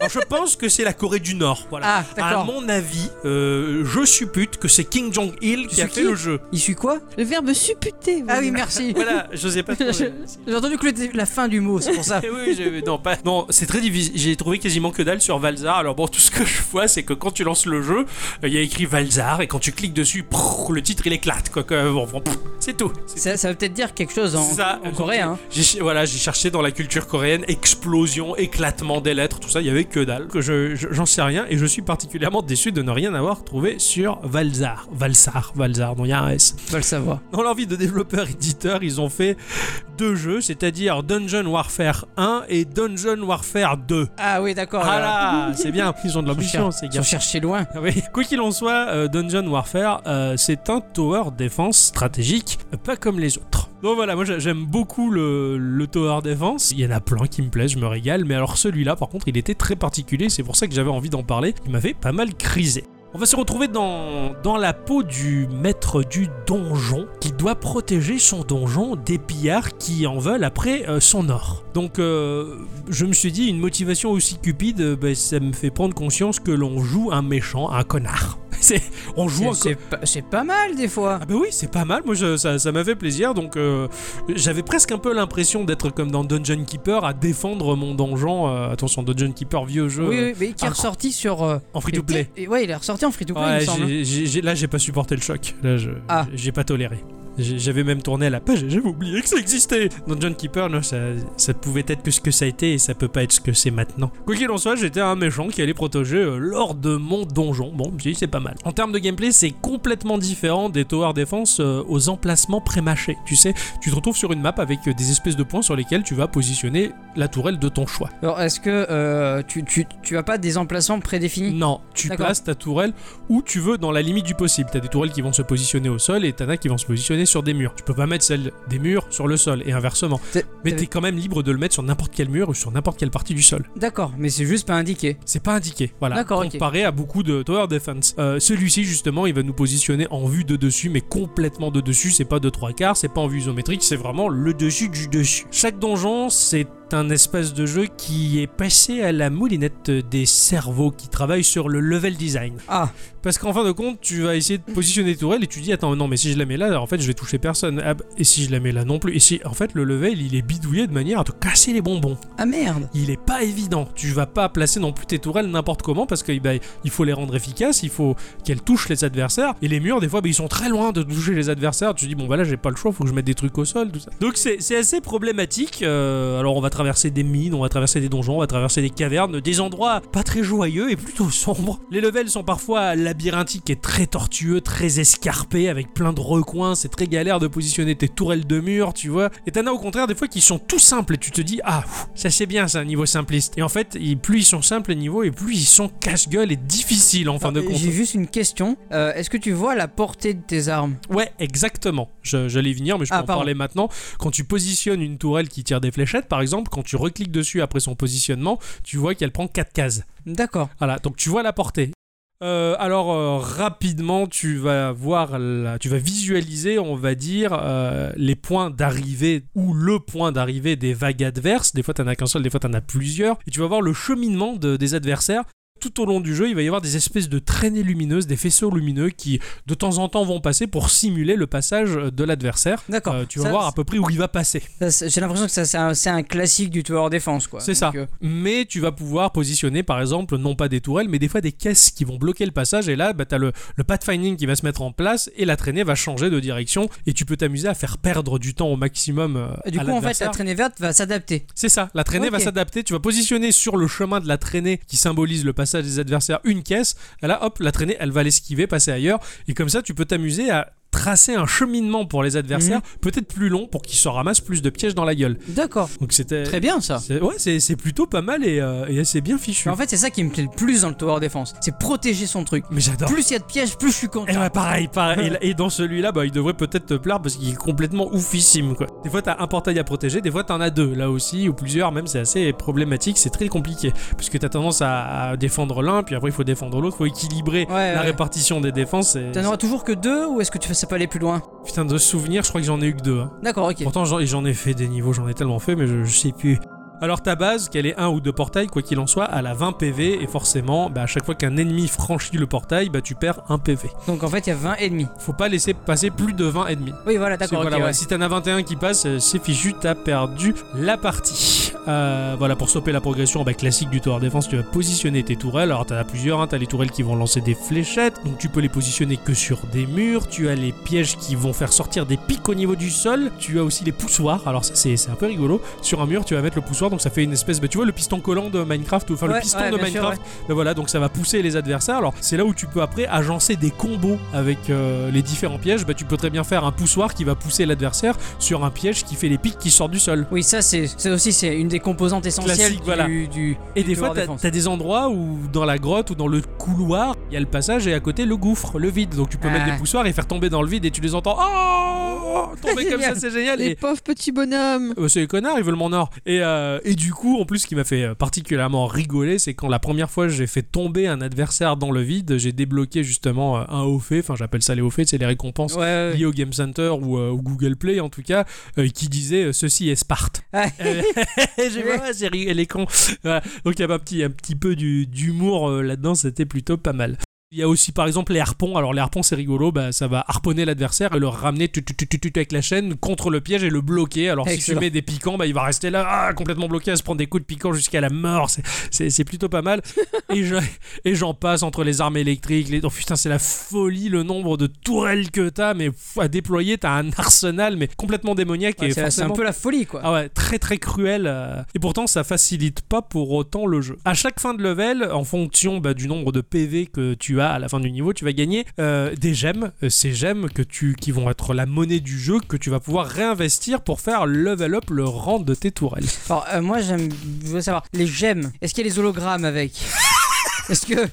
Speaker 2: Alors, je pense que c'est la Corée du Nord. Voilà.
Speaker 3: Ah,
Speaker 2: à
Speaker 3: d'accord.
Speaker 2: mon avis, euh, je suppute que c'est Kim Jong-il qui
Speaker 3: sais
Speaker 2: a
Speaker 3: qui
Speaker 2: fait
Speaker 3: <laughs>
Speaker 2: le jeu.
Speaker 3: Il suit quoi
Speaker 2: Ah
Speaker 1: Le verbe supputer.
Speaker 3: Ah
Speaker 1: voilà.
Speaker 3: oui,
Speaker 2: <laughs>
Speaker 3: merci.
Speaker 2: Voilà, je sais pas. trop,
Speaker 3: Je-
Speaker 2: euh,
Speaker 3: J'ai entendu que le- la fin du mot, c'est pour ça.
Speaker 2: Eh <laughs> oui, j'ai- non, pas- non, c'est très difficile. J'ai trouvé quasiment que dalle sur Valzar. Alors bon, <laughs> tout ce que je vois, c'est que quand tu lances le jeu, euh, il y a écrit Valzar et quand tu cliques dessus, prrr, le titre il éclate. Quoi, Quoi, bon, bon, pff, c'est tout. C'est-
Speaker 3: Ça, ça veut peut-être dire quelque chose en,
Speaker 2: Ça, Euh,
Speaker 3: en coréen. hein.
Speaker 2: J'ai, ch- voilà, j'ai cherché dans la culture coréenne explosion, éclatement des lettres, tout ça, il y avait que dalle. Que je, je- j'en sais rien et je suis particulièrement déçu de ne rien avoir trouvé sur Valzar. Valsar, Valzar, non, il y a un S.
Speaker 3: Tu vas le savoir.
Speaker 2: Dans leur vie de développeur-éditeur, ils ont fait deux jeux, c'est-à-dire Dungeon Warfare 1 et Dungeon Warfare 2.
Speaker 3: Ah oui, d'accord.
Speaker 2: Ah
Speaker 3: alors.
Speaker 2: là, c'est bien, <laughs> ils ont de l'ambition ces
Speaker 3: Ils
Speaker 2: gars.
Speaker 3: sont cherchés loin.
Speaker 2: Ah oui. Quoi qu'il en soit, euh, Dungeon Warfare, euh, c'est un tower défense stratégique, euh, pas comme les autres. Donc voilà, moi j'a- j'aime beaucoup le, le tower défense. Il y en a plein qui me plaisent, je me régale. Mais alors celui-là, par contre, il était très particulier. C'est pour ça que j'avais envie d'en parler. Il m'avait pas mal crisé. On va se retrouver dans, dans la peau du maître du donjon qui doit protéger son donjon des pillards qui en veulent après euh, son or. Donc euh, je me suis dit, une motivation aussi cupide, euh, bah, ça me fait prendre conscience que l'on joue un méchant, un connard. <laughs> C'est- on joue un,
Speaker 3: C'est-
Speaker 2: co-
Speaker 3: C'est pas, c'est pas mal des fois.
Speaker 2: ah bah oui, c'est pas mal, moi je- ça, ça m'a fait plaisir, donc euh, j'avais presque un peu l'impression d'être comme dans Dungeon Keeper à défendre mon donjon, euh, attention Dungeon Keeper vieux jeu,
Speaker 3: Oui,
Speaker 2: euh,
Speaker 3: oui, mais qui est
Speaker 2: incro-
Speaker 3: ressorti sur. euh,
Speaker 2: en free to play.
Speaker 3: et- Ouais, il est ressorti en free to play, il
Speaker 2: Ouais,
Speaker 3: me semble. hein.
Speaker 2: j'ai- j'ai- j'ai- là j'ai pas supporté le choc, là je-
Speaker 3: Ah.
Speaker 2: j'ai pas toléré. J'ai- J'avais même tourné à la page et j'avais oublié que ça existait. Dungeon Keeper, non, ça, ça pouvait être que ce que ça a été et ça peut pas être ce que c'est maintenant. Quoi qu'il en soit, j'étais un méchant qui allait protéger euh, l'or de mon donjon. Bon, j'ai dit, c'est pas mal. En termes de gameplay, c'est complètement différent des Tower Defense euh, aux emplacements prémâchés. Tu sais, tu te retrouves sur une map avec euh, des espèces de points sur lesquels tu vas positionner la tourelle de ton choix.
Speaker 3: Alors, est-ce que euh, tu, tu, tu as pas des emplacements prédéfinis
Speaker 2: Non, tu
Speaker 3: Hmm. D'accord.
Speaker 2: places ta tourelle où tu veux dans la limite du possible. T'as des tourelles qui vont se positionner au sol et t'en as qui vont se positionner sur des murs. Tu peux pas mettre celle des murs sur le sol et inversement.
Speaker 3: T'es-
Speaker 2: Mm. Mais
Speaker 3: t'es-
Speaker 2: t'es quand même libre de le mettre sur n'importe quel mur ou sur n'importe quelle partie du sol.
Speaker 3: D'accord, mais c'est juste pas indiqué.
Speaker 2: C'est pas indiqué. Voilà.
Speaker 3: D'accord, ok.
Speaker 2: Comparé à beaucoup de Tower Defense. Euh, Celui-ci, justement, il va nous positionner en vue de dessus, mais complètement de dessus. C'est pas de trois quarts, c'est pas en vue isométrique, c'est vraiment le dessus du dessus. Chaque donjon, c'est un espace de jeu qui est passé à la moulinette des cerveaux qui travaillent sur le level design.
Speaker 3: Ah,
Speaker 2: Parce qu'en fin de compte, tu vas essayer de positionner tes tourelles et tu dis attends non mais si je la mets là, en fait je vais toucher personne. Ah, bah, et si je la mets là non plus. Et si en fait le level il est bidouillé de manière à te casser les bonbons.
Speaker 3: ah merde.
Speaker 2: Il est pas évident. Tu vas pas placer non plus tes tourelles n'importe comment parce que bah, il faut les rendre efficaces, il faut qu'elles touchent les adversaires. Et les murs des fois bah, ils sont très loin de toucher les adversaires. Tu dis bon bah là j'ai pas le choix, faut que je mette des trucs au sol tout ça. Donc c'est c'est assez problématique. Euh, alors on va traverser des mines, on va traverser des donjons, on va traverser des cavernes, des endroits pas très joyeux et plutôt sombres. Les levels sont parfois labyrinthiques et très tortueux, très escarpés, avec plein de recoins. C'est très galère de positionner tes tourelles de mur, tu vois. Et t'en as au contraire des fois qui sont tout simples et tu te dis ah pff, ça c'est bien ça niveau simpliste. Et en fait ils- plus ils sont simples les niveaux et plus ils sont casse-gueule et difficiles en fin de
Speaker 3: Alors,
Speaker 2: compte.
Speaker 3: Ah, J'ai juste une question. Euh, est-ce que tu vois la portée de tes armes
Speaker 2: Ouais, exactement. Je- J'allais y venir, mais je peux
Speaker 3: Ah,
Speaker 2: en
Speaker 3: pardon.
Speaker 2: parler maintenant. Quand tu positionnes une tourelle qui tire des fléchettes, par exemple, quand tu recliques dessus après son positionnement, tu vois qu'elle prend 4 cases.
Speaker 3: D'accord.
Speaker 2: Voilà, donc tu vois la portée. Euh, alors euh, rapidement, tu vas voir, la- tu vas visualiser, on va dire, euh, les points d'arrivée ou le point d'arrivée des vagues adverses. Des fois, t'en as qu'un seul, des fois, t'en as plusieurs. Et tu vas voir le cheminement de- des adversaires. Tout au long du jeu, il va y avoir des espèces de traînées lumineuses, des faisceaux lumineux qui, de temps en temps, vont passer pour simuler le passage de l'adversaire.
Speaker 3: D'accord.
Speaker 2: Euh, tu vas
Speaker 3: Ça,
Speaker 2: voir à peu près où il va passer.
Speaker 3: ça, c'est- J'ai l'impression que ça, c'est un, c'est un classique du tower défense, quoi.
Speaker 2: C'est
Speaker 3: Donc,
Speaker 2: ça.
Speaker 3: euh,
Speaker 2: Mais tu vas pouvoir positionner par exemple non pas des tourelles mais des fois des caisses qui vont bloquer le passage et là bah, t'as le, le pathfinding qui va se mettre en place et la traînée va changer de direction et tu peux t'amuser à faire perdre du temps au maximum. euh,
Speaker 3: Et du
Speaker 2: à
Speaker 3: coup, en fait,
Speaker 2: l'adversaire.
Speaker 3: la traînée verte va s'adapter.
Speaker 2: C'est ça, la traînée va
Speaker 3: Ok.
Speaker 2: s'adapter, tu vas positionner sur le chemin de la traînée qui symbolise le passage des adversaires une caisse, et là hop, la traînée elle va l'esquiver, passer ailleurs, et comme ça tu peux t'amuser à tracer un cheminement pour les adversaires,
Speaker 3: Mhm.
Speaker 2: peut-être plus long pour qu'ils se ramassent plus de pièges dans la gueule.
Speaker 3: D'accord.
Speaker 2: Donc c'était...
Speaker 3: Très bien, ça.
Speaker 2: C'est- Ouais, c'est c'est plutôt pas mal et, euh, et assez bien fichu.
Speaker 3: Mais en fait, c'est ça qui me plaît le plus dans le tower défense. C'est protéger son truc.
Speaker 2: Mais j'adore.
Speaker 3: Plus il y a de pièges, plus je suis content.
Speaker 2: Et ouais, pareil, pareil. Et, et dans celui-là, bah, il devrait peut-être te plaire parce qu'il est complètement oufissime, quoi. Des fois, t'as un portail à protéger, des fois, t'en as deux, là aussi, ou plusieurs, même, c'est assez problématique, c'est très compliqué. Parce que t'as tendance à, à défendre l'un, puis après, il faut défendre l'autre, faut équilibrer
Speaker 3: Ouais,
Speaker 2: la
Speaker 3: ouais.
Speaker 2: répartition des défenses. et-
Speaker 3: T'en auras toujours que deux ou est-ce que tu fais ça pas aller plus loin
Speaker 2: Putain, de souvenirs, je crois que j'en ai eu que deux. hein.
Speaker 3: D'accord, ok.
Speaker 2: Pourtant, j'en- j'en ai fait des niveaux, j'en ai tellement fait, mais je, je sais plus. Alors ta base, qu'elle ait un ou deux portails, quoi qu'il en soit, elle a 20 PV et forcément, bah, à chaque fois qu'un ennemi franchit le portail, bah, tu perds un PV.
Speaker 3: Donc en fait, il y a 20 ennemis.
Speaker 2: Faut pas laisser passer plus de 20 ennemis.
Speaker 3: Oui, voilà,
Speaker 2: Si,
Speaker 3: d'accord, ok.
Speaker 2: voilà,
Speaker 3: ouais.
Speaker 2: ouais, Si t'en as 21 qui passent, euh, c'est fichu, t'as perdu la partie. Euh, voilà, pour stopper la progression bah, classique du tower défense, tu vas positionner tes tourelles. Alors, t'en as plusieurs, hein, t'as les tourelles qui vont lancer des fléchettes, donc tu peux les positionner que sur des murs. Tu as les pièges qui vont faire sortir des pics au niveau du sol. Tu as aussi les poussoirs. Alors, ça, c'est c'est un peu rigolo. Sur un mur, tu vas mettre le poussoir, donc ça fait une espèce. bah, tu vois le piston collant de Minecraft, ou enfin le
Speaker 3: Ouais,
Speaker 2: piston
Speaker 3: ouais,
Speaker 2: de
Speaker 3: bien sûr,
Speaker 2: Minecraft. Ben voilà, donc ça va pousser les adversaires. Alors c'est là où tu peux après agencer des combos avec euh, les différents pièges. Bah, tu peux très bien faire un poussoir qui va pousser l'adversaire sur un piège qui fait les pics qui sortent du sol.
Speaker 3: Oui, ça, c'est ça aussi, c'est une des composantes essentielles
Speaker 2: Classique,
Speaker 3: du,
Speaker 2: voilà.
Speaker 3: du-
Speaker 2: Et
Speaker 3: du
Speaker 2: des
Speaker 3: tower
Speaker 2: fois, t'as
Speaker 3: défense.
Speaker 2: t'as des endroits où dans la grotte ou dans le couloir, il y a le passage et à côté le gouffre, le vide. Donc tu peux
Speaker 3: Ah.
Speaker 2: mettre des poussoirs et faire tomber dans le vide et tu les entends. Oh
Speaker 3: <laughs>
Speaker 2: oh, tomber comme ça,
Speaker 1: Génial.
Speaker 2: c'est génial.
Speaker 1: Les
Speaker 2: Et-
Speaker 1: pauvres petits bonhommes.
Speaker 2: euh, c'est les connards, ils veulent mon or. Et, euh, et du coup, en plus, ce qui m'a fait euh, particulièrement rigoler, c'est quand la première fois j'ai fait tomber un adversaire dans le vide, j'ai débloqué justement euh, un haut fait, enfin j'appelle ça les hauts faits, c'est les récompenses
Speaker 3: Ouais, ouais.
Speaker 2: liées au Game Center ou euh, au Google Play en tout cas, euh, qui disait euh, ceci est Sparte.
Speaker 3: Ah.
Speaker 2: Euh, <laughs> j'ai dit, ouais, c'est ri- elle est con. Voilà. Donc il y avait un petit, un petit peu du- d'humour euh, là-dedans, c'était plutôt pas mal. Il y a aussi par exemple les harpons. Alors les harpons c'est rigolo, bah, ça va harponner l'adversaire et le ramener tut, tut, tut, tut, tut avec la chaîne contre le piège et le bloquer. Alors si
Speaker 3: Excellent.
Speaker 2: tu mets des piquants, bah, il va rester là ah, complètement bloqué à se prendre des coups de piquant jusqu'à la mort. C'est- C'est c'est plutôt
Speaker 3: <laughs>
Speaker 2: pas mal. et je- et j'en passe entre les armes électriques. Les... Oh, putain, c'est la folie le nombre de tourelles que t'as, mais pff, à déployer, t'as un arsenal, mais complètement démoniaque.
Speaker 3: Ouais,
Speaker 2: et
Speaker 3: c'est c'est un
Speaker 2: forcément-
Speaker 3: peu la folie, quoi.
Speaker 2: ah ouais, très très cruel. euh, Et pourtant, ça facilite pas pour autant le jeu. À chaque fin de level, en fonction bah, du nombre de PV que tu as à la fin du niveau, tu vas gagner euh, des gemmes. Euh, Ces gemmes que tu, qui vont être la monnaie du jeu que tu vas pouvoir réinvestir pour faire level up le rang de tes tourelles.
Speaker 3: Alors, euh, moi, j'aime. Je veux savoir, les gemmes, est-ce qu'il y a les hologrammes avec <laughs> Est-ce que.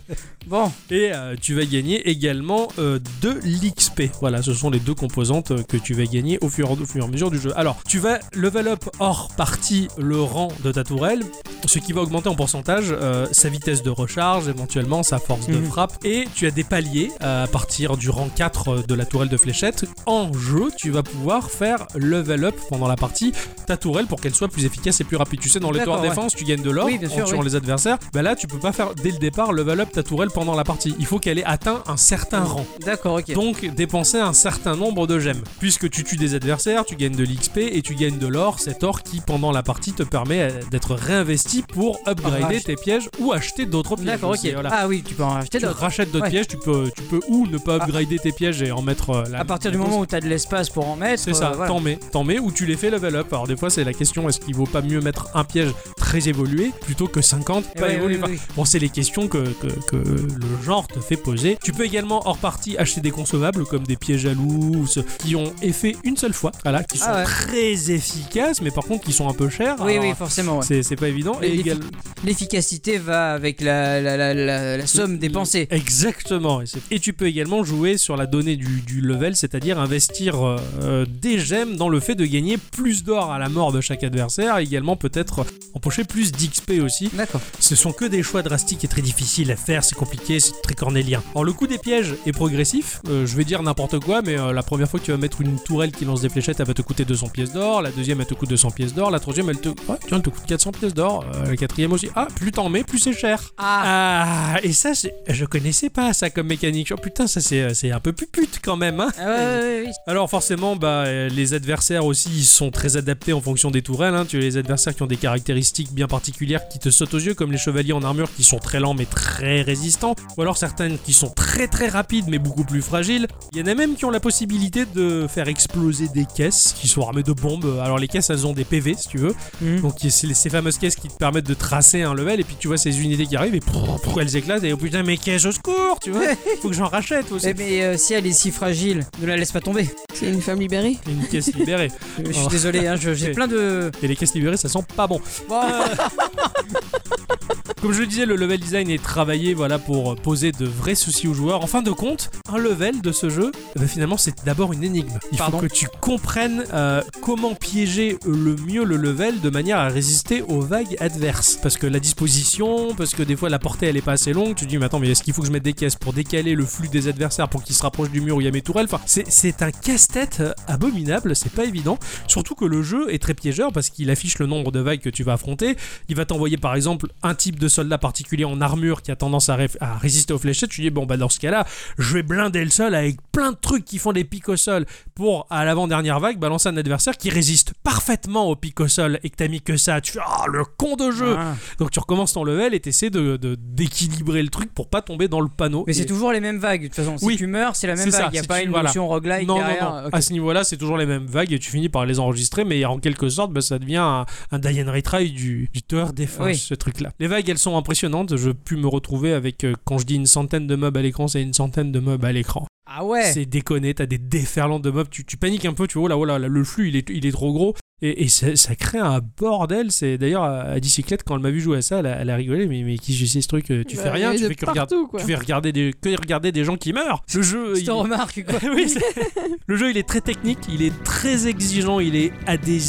Speaker 3: Bon,
Speaker 2: Et euh, tu vas gagner également euh, de l'XP. Voilà, ce sont les deux composantes euh, que tu vas gagner au fur, au fur et à mesure du jeu. Alors, tu vas level up hors partie le rang de ta tourelle, ce qui va augmenter en pourcentage euh, sa vitesse de recharge, éventuellement sa force de
Speaker 3: Mhm.
Speaker 2: frappe. Et tu as des paliers euh, à partir du rang 4 de la tourelle de fléchette. En jeu, tu vas pouvoir faire level up pendant la partie ta tourelle pour qu'elle soit plus efficace et plus rapide. Tu sais, dans les
Speaker 3: D'accord,
Speaker 2: tours
Speaker 3: ouais.
Speaker 2: défense, tu gagnes de l'or
Speaker 3: Oui, bien
Speaker 2: en
Speaker 3: sûr,
Speaker 2: tuant
Speaker 3: oui.
Speaker 2: les adversaires. Bah là, tu peux pas faire dès le départ level up ta tourelle pendant la partie. Il faut qu'elle ait atteint un certain rang.
Speaker 3: d'accord, ok.
Speaker 2: Donc dépenser un certain nombre de gemmes. Puisque tu tues des adversaires, tu gagnes de l'XP et tu gagnes de l'or, cet or qui pendant la partie te permet euh, d'être réinvesti pour
Speaker 3: Ah,
Speaker 2: upgrader
Speaker 3: vache.
Speaker 2: tes pièges ou acheter d'autres pièges.
Speaker 3: D'accord,
Speaker 2: aussi,
Speaker 3: ok.
Speaker 2: voilà.
Speaker 3: Ah oui, tu peux en racheter
Speaker 2: Tu
Speaker 3: d'autres.
Speaker 2: rachètes d'autres
Speaker 3: Ouais.
Speaker 2: pièges, tu peux, tu peux ou ne pas
Speaker 3: Ah.
Speaker 2: upgrader tes pièges et en mettre euh, la.
Speaker 3: À partir du
Speaker 2: la
Speaker 3: moment où t'as de l'espace pour en mettre.
Speaker 2: c'est ça,
Speaker 3: euh, voilà.
Speaker 2: t'en mets, t'en mets ou tu les fais level up. Alors des fois c'est la question, est-ce qu'il vaut pas mieux mettre un piège très évolué plutôt que 50
Speaker 3: Eh
Speaker 2: pas
Speaker 3: oui, oui,
Speaker 2: évolué
Speaker 3: oui,
Speaker 2: Enfin,
Speaker 3: oui.
Speaker 2: Bon c'est les questions que, que, que le genre te fait poser. Tu peux également hors partie acheter des consommables comme des pièges à loups ou ce- qui ont effet une seule fois, voilà, qui sont
Speaker 3: Ah ouais.
Speaker 2: très efficaces mais par contre qui sont un peu chers.
Speaker 3: Oui,
Speaker 2: Alors,
Speaker 3: oui, forcément. ouais.
Speaker 2: c'est c'est pas évident.
Speaker 3: Et
Speaker 2: Et
Speaker 3: l'effic-
Speaker 2: également-
Speaker 3: L'efficacité va avec la, la, la, la, la somme dépensée.
Speaker 2: Exactement. Et, c'est- et tu peux également jouer sur la donnée du, du level, c'est-à-dire investir euh, euh, des gemmes dans le fait de gagner plus d'or à la mort de chaque adversaire, et également peut-être empocher plus d'XP aussi.
Speaker 3: D'accord.
Speaker 2: Ce sont que des choix drastiques et très difficiles à faire, c'est compliqué, c'est très cornélien. Alors le coût des pièges est progressif, Euh, je vais dire n'importe quoi, mais euh, la première fois que tu vas mettre une tourelle qui lance des fléchettes, elle va te coûter 200 pièces d'or, la deuxième elle te coûte 200 pièces d'or, la troisième elle te, ouais, tiens, elle te coûte 400 pièces d'or, Euh, la quatrième aussi. Ah, plus t'en mets, plus c'est cher.
Speaker 3: Ah,
Speaker 2: Ah, et ça, c'est- je connaissais pas ça comme mécanique. Oh putain, ça c'est c'est un peu pupute quand même. Hein
Speaker 3: Ah, ouais, ouais, ouais, oui.
Speaker 2: alors forcément, bah, euh, les adversaires aussi, ils sont très adaptés en fonction des tourelles. hein. Tu as les adversaires qui ont des caractéristiques bien particulières qui te sautent aux yeux, comme les chevaliers en armure qui sont très lents mais très résistants, ou alors certaines qui sont très très rapides mais beaucoup plus fragiles. Il y en a même qui ont la possibilité de faire exploser des caisses qui sont armées de bombes. Alors les caisses, elles ont des PV si tu veux.
Speaker 3: Mhm.
Speaker 2: Donc il y a ces ces fameuses caisses qui te permettent de tracer un level et puis tu vois ces unités qui arrivent et prrr, prrr, elles éclatent et oh putain mes caisses au secours, tu vois.
Speaker 3: <laughs>
Speaker 2: <laughs> Faut que j'en rachète aussi.
Speaker 3: Eh, mais euh, si elle est si fragile, ne la laisse pas tomber.
Speaker 1: C'est une femme libérée.
Speaker 2: Une caisse libérée.
Speaker 3: Je suis
Speaker 2: Oh.
Speaker 3: désolé, hein, je-
Speaker 2: <laughs>
Speaker 3: j'ai plein de.
Speaker 2: Et les caisses libérées, ça sent pas bon.
Speaker 3: Bon, <laughs>
Speaker 2: Comme je le disais, le level design est travaillé voilà, pour poser de vrais soucis aux joueurs. En fin de compte, un level de ce jeu, eh ben, finalement, c'est d'abord une énigme. Il
Speaker 3: Pardon
Speaker 2: faut que tu comprennes euh, comment piéger le mieux le level de manière à résister aux vagues adverses. Parce que la disposition, parce que des fois la portée elle est pas assez longue, tu te dis, mais attends, mais est-ce qu'il faut que je mette des caisses pour décaler le flux des adversaires pour qu'ils se rapprochent du mur où il y a mes tourelles Enfin, c'est- c'est un casse-tête euh, abominable, c'est pas évident. Surtout que le jeu est très piégeur parce qu'il affiche le nombre de vagues que tu vas affronter. Il va t'envoyer par exemple un type de soldat particulier en armure qui a tendance à, ré- à résister aux fléchettes. Tu dis bon bah dans ce cas-là, je vais blinder le sol avec plein de trucs qui font des pics au sol pour à l'avant-dernière vague balancer un adversaire qui résiste parfaitement aux pics au sol et que t'as mis que ça. Tu fais ah le con de jeu.
Speaker 3: Ah.
Speaker 2: Donc tu recommences ton level et t'essaies de de- d'équilibrer le truc pour pas tomber dans le panneau.
Speaker 3: Mais c'est
Speaker 2: Et-
Speaker 3: toujours les mêmes vagues. De toute façon, si
Speaker 2: Oui.
Speaker 3: tu meurs, c'est la même
Speaker 2: C'est ça,
Speaker 3: vague. Il n'y a
Speaker 2: si
Speaker 3: pas
Speaker 2: tu-
Speaker 3: une
Speaker 2: voilà.
Speaker 3: notion roguelike
Speaker 2: non,
Speaker 3: derrière.
Speaker 2: non, non.
Speaker 3: Ok.
Speaker 2: À ce niveau-là, c'est toujours les mêmes vagues et tu finis par les enregistrer, mais en quelque sorte, bah, ça devient un, un die and retry du, du tower défense,
Speaker 3: Oui.
Speaker 2: ce truc-là. Les vagues, elles sont impressionnantes. Je pu me retrouver avec, euh, quand je dis une centaine de mobs à l'écran, c'est une centaine de mobs à l'écran.
Speaker 3: Ah ouais
Speaker 2: C'est déconné, t'as des déferlantes de mobs, tu, tu paniques un peu, tu vois, oh là, oh là, là, le flux, il est, il est trop gros. Et, et ça, ça crée un bordel. C'est d'ailleurs à, à bicyclette quand elle m'a vu jouer à ça, elle a, elle a rigolé. Mais, mais qui c'est ce truc euh,
Speaker 1: Bah,
Speaker 2: Tu fais rien, tu fais que regarder,
Speaker 1: partout, quoi.
Speaker 2: tu fais regarder des, que regarder des gens qui meurent. Le jeu,
Speaker 3: Je
Speaker 2: il-
Speaker 3: te remarque quoi.
Speaker 2: <laughs> Oui, c'est- le jeu il est très technique, il est très exigeant, il est à des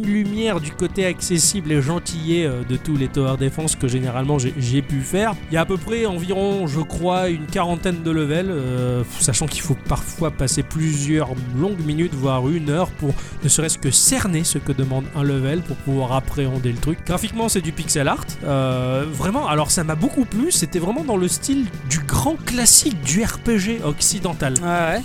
Speaker 2: années-lumière du côté accessible et gentillet euh, de tous les tower défense que généralement j'ai- j'ai pu faire. Il y a à peu près environ, je crois, une quarantaine de levels, euh, sachant qu'il faut parfois passer plusieurs longues minutes, voire une heure pour ne serait-ce que cerner ce que demande un level pour pouvoir appréhender le truc. Graphiquement, c'est du pixel art. Euh, vraiment, alors ça m'a beaucoup plu, c'était vraiment dans le style du grand classique du RPG occidental.
Speaker 3: Ah <laughs> ouais.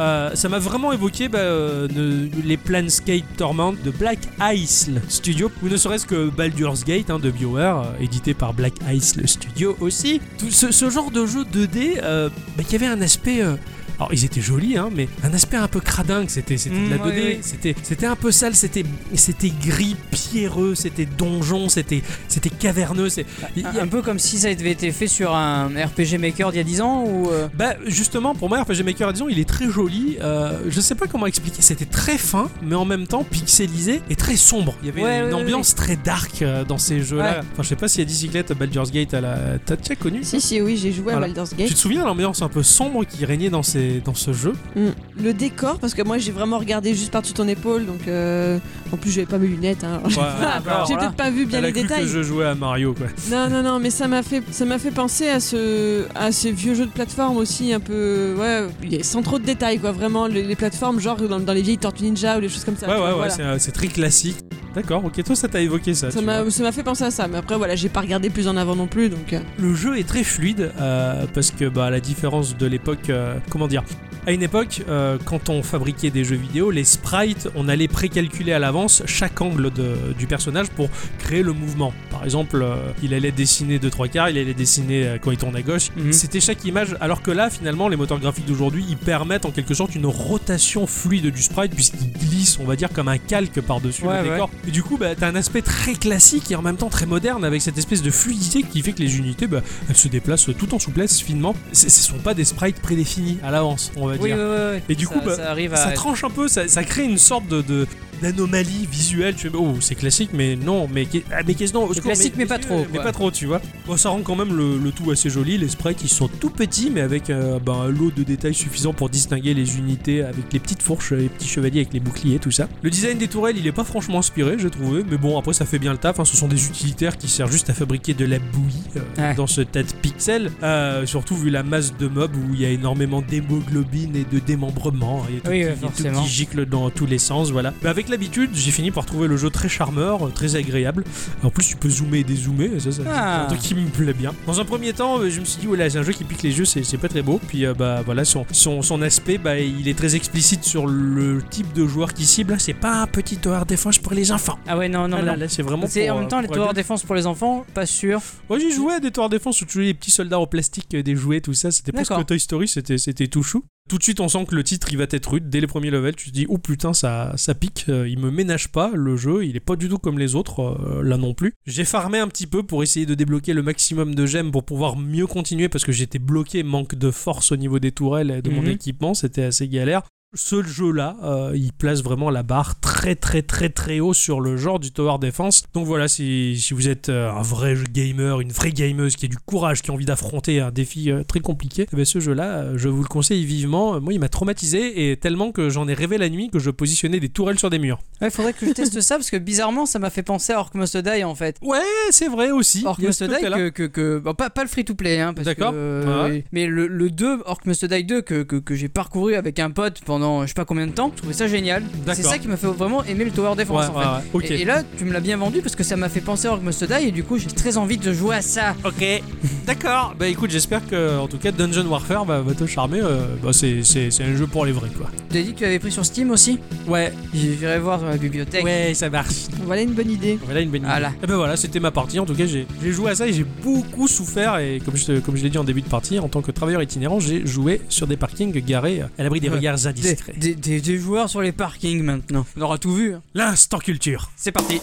Speaker 2: Euh, ça m'a vraiment évoqué bah, euh, ne- les Planscape Torment de Black Isle Studio, ou ne serait-ce que Baldur's Gate hein, de BioWare, euh, édité par Black Isle Studio aussi. Tout ce, ce genre de jeu 2D euh, bah, qui avait un aspect. euh, alors ils étaient jolis, hein, mais un aspect un peu cradingue, c'était c'était de la
Speaker 3: Mm,
Speaker 2: 2D,
Speaker 3: oui, oui.
Speaker 2: c'était c'était un peu sale, c'était c'était gris, pierreux, c'était donjon, c'était c'était caverneux, c'est il y a-
Speaker 3: Un, un peu comme si ça avait été fait sur un RPG Maker d'il y a 10 ans ou. euh,
Speaker 2: Bah justement pour moi RPG Maker disons il est très joli euh, je sais pas comment expliquer c'était très fin mais en même temps pixelisé et très sombre il y avait
Speaker 3: Ouais,
Speaker 2: une
Speaker 3: ouais, ouais,
Speaker 2: ambiance très dark euh, dans ces jeux là enfin je sais pas si y a Dicyclette Baldur's Gate à la t'as t'as connu ça
Speaker 1: Si, si, oui, j'ai joué à
Speaker 2: Voilà.
Speaker 1: Baldur's
Speaker 2: tu
Speaker 1: Gate.
Speaker 2: te souviens de l'ambiance un peu sombre qui régnait dans, ces, dans ce jeu
Speaker 1: Mm. Le décor, parce que moi j'ai vraiment regardé juste par-dessus ton épaule, donc euh, en plus j'avais pas mes lunettes. hein.
Speaker 3: Ah, bah, alors
Speaker 1: J'ai
Speaker 3: là,
Speaker 1: peut-être pas vu bien
Speaker 2: Elle a
Speaker 1: les
Speaker 2: cru
Speaker 1: détails.
Speaker 2: que je jouais à Mario quoi.
Speaker 1: Non, non, non, mais ça m'a fait, ça m'a fait penser à ce, à ces vieux jeux de plateforme aussi, un peu, ouais, il y a- sans trop de détails, quoi. Vraiment, les, les plateformes, genre dans, dans les vieilles Tortues Ninja ou les choses comme ça.
Speaker 2: ouais ouais
Speaker 1: tu vois,
Speaker 2: ouais
Speaker 1: voilà.
Speaker 2: c'est, euh, c'est très classique. D'accord ok toi ça t'a évoqué ça.
Speaker 1: Ça
Speaker 2: tu vois.
Speaker 1: m'a, ça m'a fait penser à ça, mais après voilà, j'ai pas regardé plus en avant non plus, donc. euh,
Speaker 2: le jeu est très fluide euh, parce que bah, à la différence de l'époque, euh, comment dire à une époque, euh, quand on fabriquait des jeux vidéo, les sprites, on allait précalculer à l'avance chaque angle de- du personnage pour créer le mouvement. Par exemple, euh, il allait dessiner deux trois quarts, il allait dessiner euh, quand il tourne à gauche.
Speaker 3: Mhm.
Speaker 2: C'était chaque image. Alors que là, finalement, les moteurs graphiques d'aujourd'hui, ils permettent en quelque sorte une rotation fluide du sprite puisqu'il glisse, on va dire, comme un calque par-dessus
Speaker 3: Ouais,
Speaker 2: le
Speaker 3: ouais.
Speaker 2: décor. Et du coup, bah, t'as un aspect très classique et en même temps très moderne avec cette espèce de fluidité qui fait que les unités, bah, elles se déplacent tout en souplesse finement. C- ce sont pas des sprites prédéfinis à l'avance, on va
Speaker 3: Oui,
Speaker 2: dire.
Speaker 3: oui, oui, oui.
Speaker 2: Et du
Speaker 3: Ça-
Speaker 2: coup, bah,
Speaker 3: ça arrive à.
Speaker 2: Ça tranche un peu, ça, ça crée une sorte de, de- d'anomalie visuelle. Tu fais, oh, c'est classique, mais non, mais, qu'est- ah, mais qu'est-ce non, au
Speaker 3: C'est
Speaker 2: secours,
Speaker 3: classique, mais pas trop,
Speaker 2: Mais
Speaker 3: quoi.
Speaker 2: pas trop, tu vois. Bon, Oh, ça rend quand même le, le tout assez joli. Les sprites, ils sont tout petits, mais avec euh, ben, un lot de détails suffisant pour distinguer les unités avec les petites fourches, les petits chevaliers avec les boucliers, tout ça. Le design des tourelles, il est pas franchement inspiré, j'ai trouvé, mais bon, après, ça fait bien le taf. hein. Ce sont des utilitaires qui servent juste à fabriquer de la bouillie euh,
Speaker 3: Ouais.
Speaker 2: dans ce tas de pixels. Euh, surtout vu la masse de mobs où il y a énormément d'hémoglobine et de démembrement. hein. Il y a tout
Speaker 3: Oui,
Speaker 2: qui-
Speaker 3: ouais,
Speaker 2: tout qui
Speaker 3: forcément.
Speaker 2: gicle dans tous les sens, voilà. Mais avec l'habitude, j'ai fini par trouver le jeu très charmeur, euh, très agréable. En plus, tu peux zoomer et dézoomer, et ça, ça
Speaker 3: Ah.
Speaker 2: c'est un truc qui me plaît bien. Dans un premier temps, euh, je me suis dit, voilà, c'est un jeu qui pique les yeux, c'est c'est pas très beau. Puis, euh, bah voilà, son, son, son aspect, bah, il est très explicite sur le type de joueur qui cible. C'est pas un petit hors défense pour les enfants.
Speaker 3: Ah ouais, non, non,
Speaker 2: Ah,
Speaker 3: non.
Speaker 2: là, là, c'est vraiment
Speaker 3: C'est
Speaker 2: pour,
Speaker 3: en même
Speaker 2: euh,
Speaker 3: temps les
Speaker 2: pour
Speaker 3: tours
Speaker 2: adulte.
Speaker 3: défense pour les enfants, pas sûr.
Speaker 2: Moi j'ai joué à des tours défense où tu jouais les petits soldats en plastique, euh, des jouets, tout ça. C'était presque
Speaker 3: D'accord.
Speaker 2: Toy Story, c'était, c'était tout chou. Tout de suite, on sent que le titre il va être rude. Dès les premiers levels, tu te dis, oh putain, ça, ça pique. Euh, il me ménage pas le jeu, il est pas du tout comme les autres, euh, là non plus. J'ai farmé un petit peu pour essayer de débloquer le maximum de gemmes pour pouvoir mieux continuer parce que j'étais bloqué, manque de force au niveau des tourelles et de mon
Speaker 3: Mhm.
Speaker 2: équipement, c'était assez galère. Ce jeu-là, euh, il place vraiment la barre très très très très haut sur le genre du tower defense. Donc voilà, si, si vous êtes euh, un vrai gamer, une vraie gameuse qui a du courage, qui a envie d'affronter un défi euh, très compliqué, eh ben, ce jeu-là, euh, je vous le conseille vivement. Euh, Moi, il m'a traumatisé et tellement que j'en ai rêvé la nuit que je positionnais des tourelles sur des murs.
Speaker 3: Ouais, faudrait que je teste ça parce que bizarrement ça m'a fait penser à Orc Must Die en fait.
Speaker 2: Ouais, c'est vrai aussi.
Speaker 3: Orc
Speaker 2: Il y a
Speaker 3: Must
Speaker 2: ce
Speaker 3: Die
Speaker 2: côté-là.
Speaker 3: que, euh, que, que- bon, pas, pas le free to play hein, parce
Speaker 2: D'accord.
Speaker 3: que, euh,
Speaker 2: Ouais.
Speaker 3: mais le, le 2 Orc Must Die 2 que, que, que j'ai parcouru avec un pote pendant je sais pas combien de temps, je trouvais ça génial.
Speaker 2: D'accord.
Speaker 3: C'est ça qui m'a fait vraiment aimer le tower
Speaker 2: Ouais,
Speaker 3: defense en
Speaker 2: ouais,
Speaker 3: fait.
Speaker 2: ouais. Ok.
Speaker 3: Et, et là tu me l'as bien vendu parce que ça m'a fait penser à Orc Must Die et du coup j'ai très envie de jouer à ça.
Speaker 2: Ok,
Speaker 3: <laughs>
Speaker 2: d'accord. Bah écoute, j'espère que en tout cas Dungeon Warfare va, va te charmer. euh, bah, c'est, c'est- c'est un jeu pour les vrais quoi.
Speaker 3: Tu as dit que tu avais pris sur Steam aussi
Speaker 2: Ouais,
Speaker 3: J'irai voir dans la bibliothèque.
Speaker 2: ouais, ça marche.
Speaker 1: Voilà une bonne idée.
Speaker 2: Voilà une bonne idée.
Speaker 3: Voilà.
Speaker 2: Et ben voilà, c'était ma partie. En tout cas, j'ai, j'ai joué à ça et j'ai beaucoup souffert. Et comme je, comme je l'ai dit en début de partie, en tant que travailleur itinérant, j'ai joué sur des parkings garés euh, à l'abri des
Speaker 3: Ouais.
Speaker 2: regards
Speaker 3: Des,
Speaker 2: indiscrets.
Speaker 3: des- des- des joueurs sur les parkings maintenant. On aura tout vu. hein.
Speaker 2: L'instant culture.
Speaker 3: C'est parti.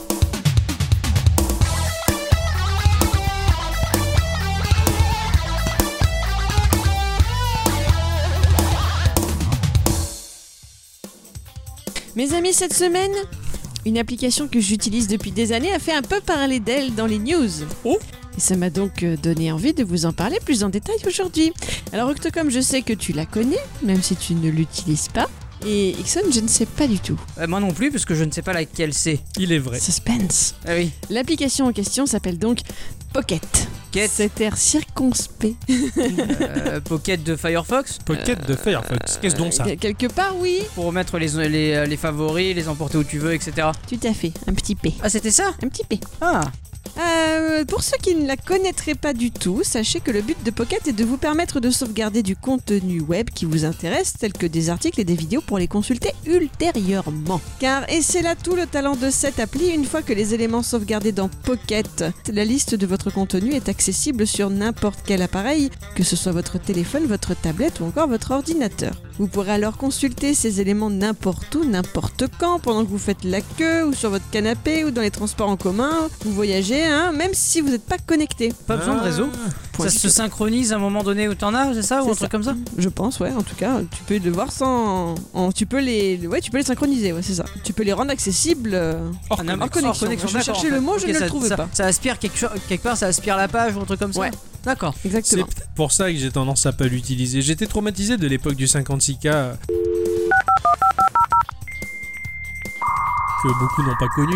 Speaker 1: Mes amis, cette semaine, Une application que j'utilise depuis des années a fait un peu parler d'elle dans les news.
Speaker 2: Oh.
Speaker 1: Et ça m'a donc euh, donné envie de vous en parler plus en détail aujourd'hui. Alors Octocom, je sais que tu la connais, même si tu ne l'utilises pas. Et Ixon, je ne sais pas du tout.
Speaker 3: Euh, moi non plus, parce que je ne sais pas laquelle c'est.
Speaker 2: Il est vrai.
Speaker 1: Suspense.
Speaker 3: Ah oui.
Speaker 1: L'application en question s'appelle donc Pocket.
Speaker 3: Quête,
Speaker 1: Cet air circonspect. <laughs>
Speaker 3: euh, Pocket de Firefox
Speaker 2: Pocket de Firefox. Qu'est-ce donc ça
Speaker 1: Quel- Quelque part, oui.
Speaker 3: pour remettre les, les, les favoris, les emporter où tu veux, etc.
Speaker 1: Tout à fait. Un petit P.
Speaker 3: Ah, c'était ça
Speaker 1: Un petit P.
Speaker 3: Ah
Speaker 1: Euh, pour ceux qui ne la connaîtraient pas du tout, sachez que le but de Pocket est de vous permettre de sauvegarder du contenu web qui vous intéresse, tels que des articles et des vidéos pour les consulter ultérieurement. Car, et c'est là tout le talent de cette appli, une fois que les éléments sauvegardés dans Pocket, la liste de votre contenu est accessible sur n'importe quel appareil, que ce soit votre téléphone, votre tablette ou encore votre ordinateur. Vous pourrez alors consulter ces éléments n'importe où, n'importe quand, pendant que vous faites la queue ou sur votre canapé ou dans les transports en commun, vous voyagez, hein, même si vous n'êtes pas connecté.
Speaker 3: Pas besoin de réseau.
Speaker 1: Ah, Point
Speaker 3: Ça se synchronise à un moment donné où t'en as, c'est ça Ou
Speaker 1: C'est
Speaker 3: un truc comme ça
Speaker 1: Je pense, ouais, en tout cas, tu peux le voir sans. en- tu, peux les, ouais, tu peux les synchroniser, ouais, c'est ça. Tu peux les rendre accessibles. euh,
Speaker 2: Hors
Speaker 3: Ah, non,
Speaker 1: Hors
Speaker 3: mais-
Speaker 1: connexion. Je
Speaker 3: d'accord,
Speaker 1: cherchais
Speaker 3: en
Speaker 1: le
Speaker 3: fait.
Speaker 1: mot, je
Speaker 3: Ok,
Speaker 1: ne le
Speaker 3: ça-
Speaker 1: trouvais
Speaker 3: ça-
Speaker 1: pas.
Speaker 3: Ça aspire quelque, cho- quelque part, ça aspire la page ou un truc comme ça
Speaker 1: Ouais.
Speaker 3: D'accord.
Speaker 2: C'est
Speaker 1: Exactement.
Speaker 2: peut-être pour ça que j'ai tendance à pas l'utiliser. J'étais traumatisé de l'époque du 56K. euh, que beaucoup n'ont pas connu,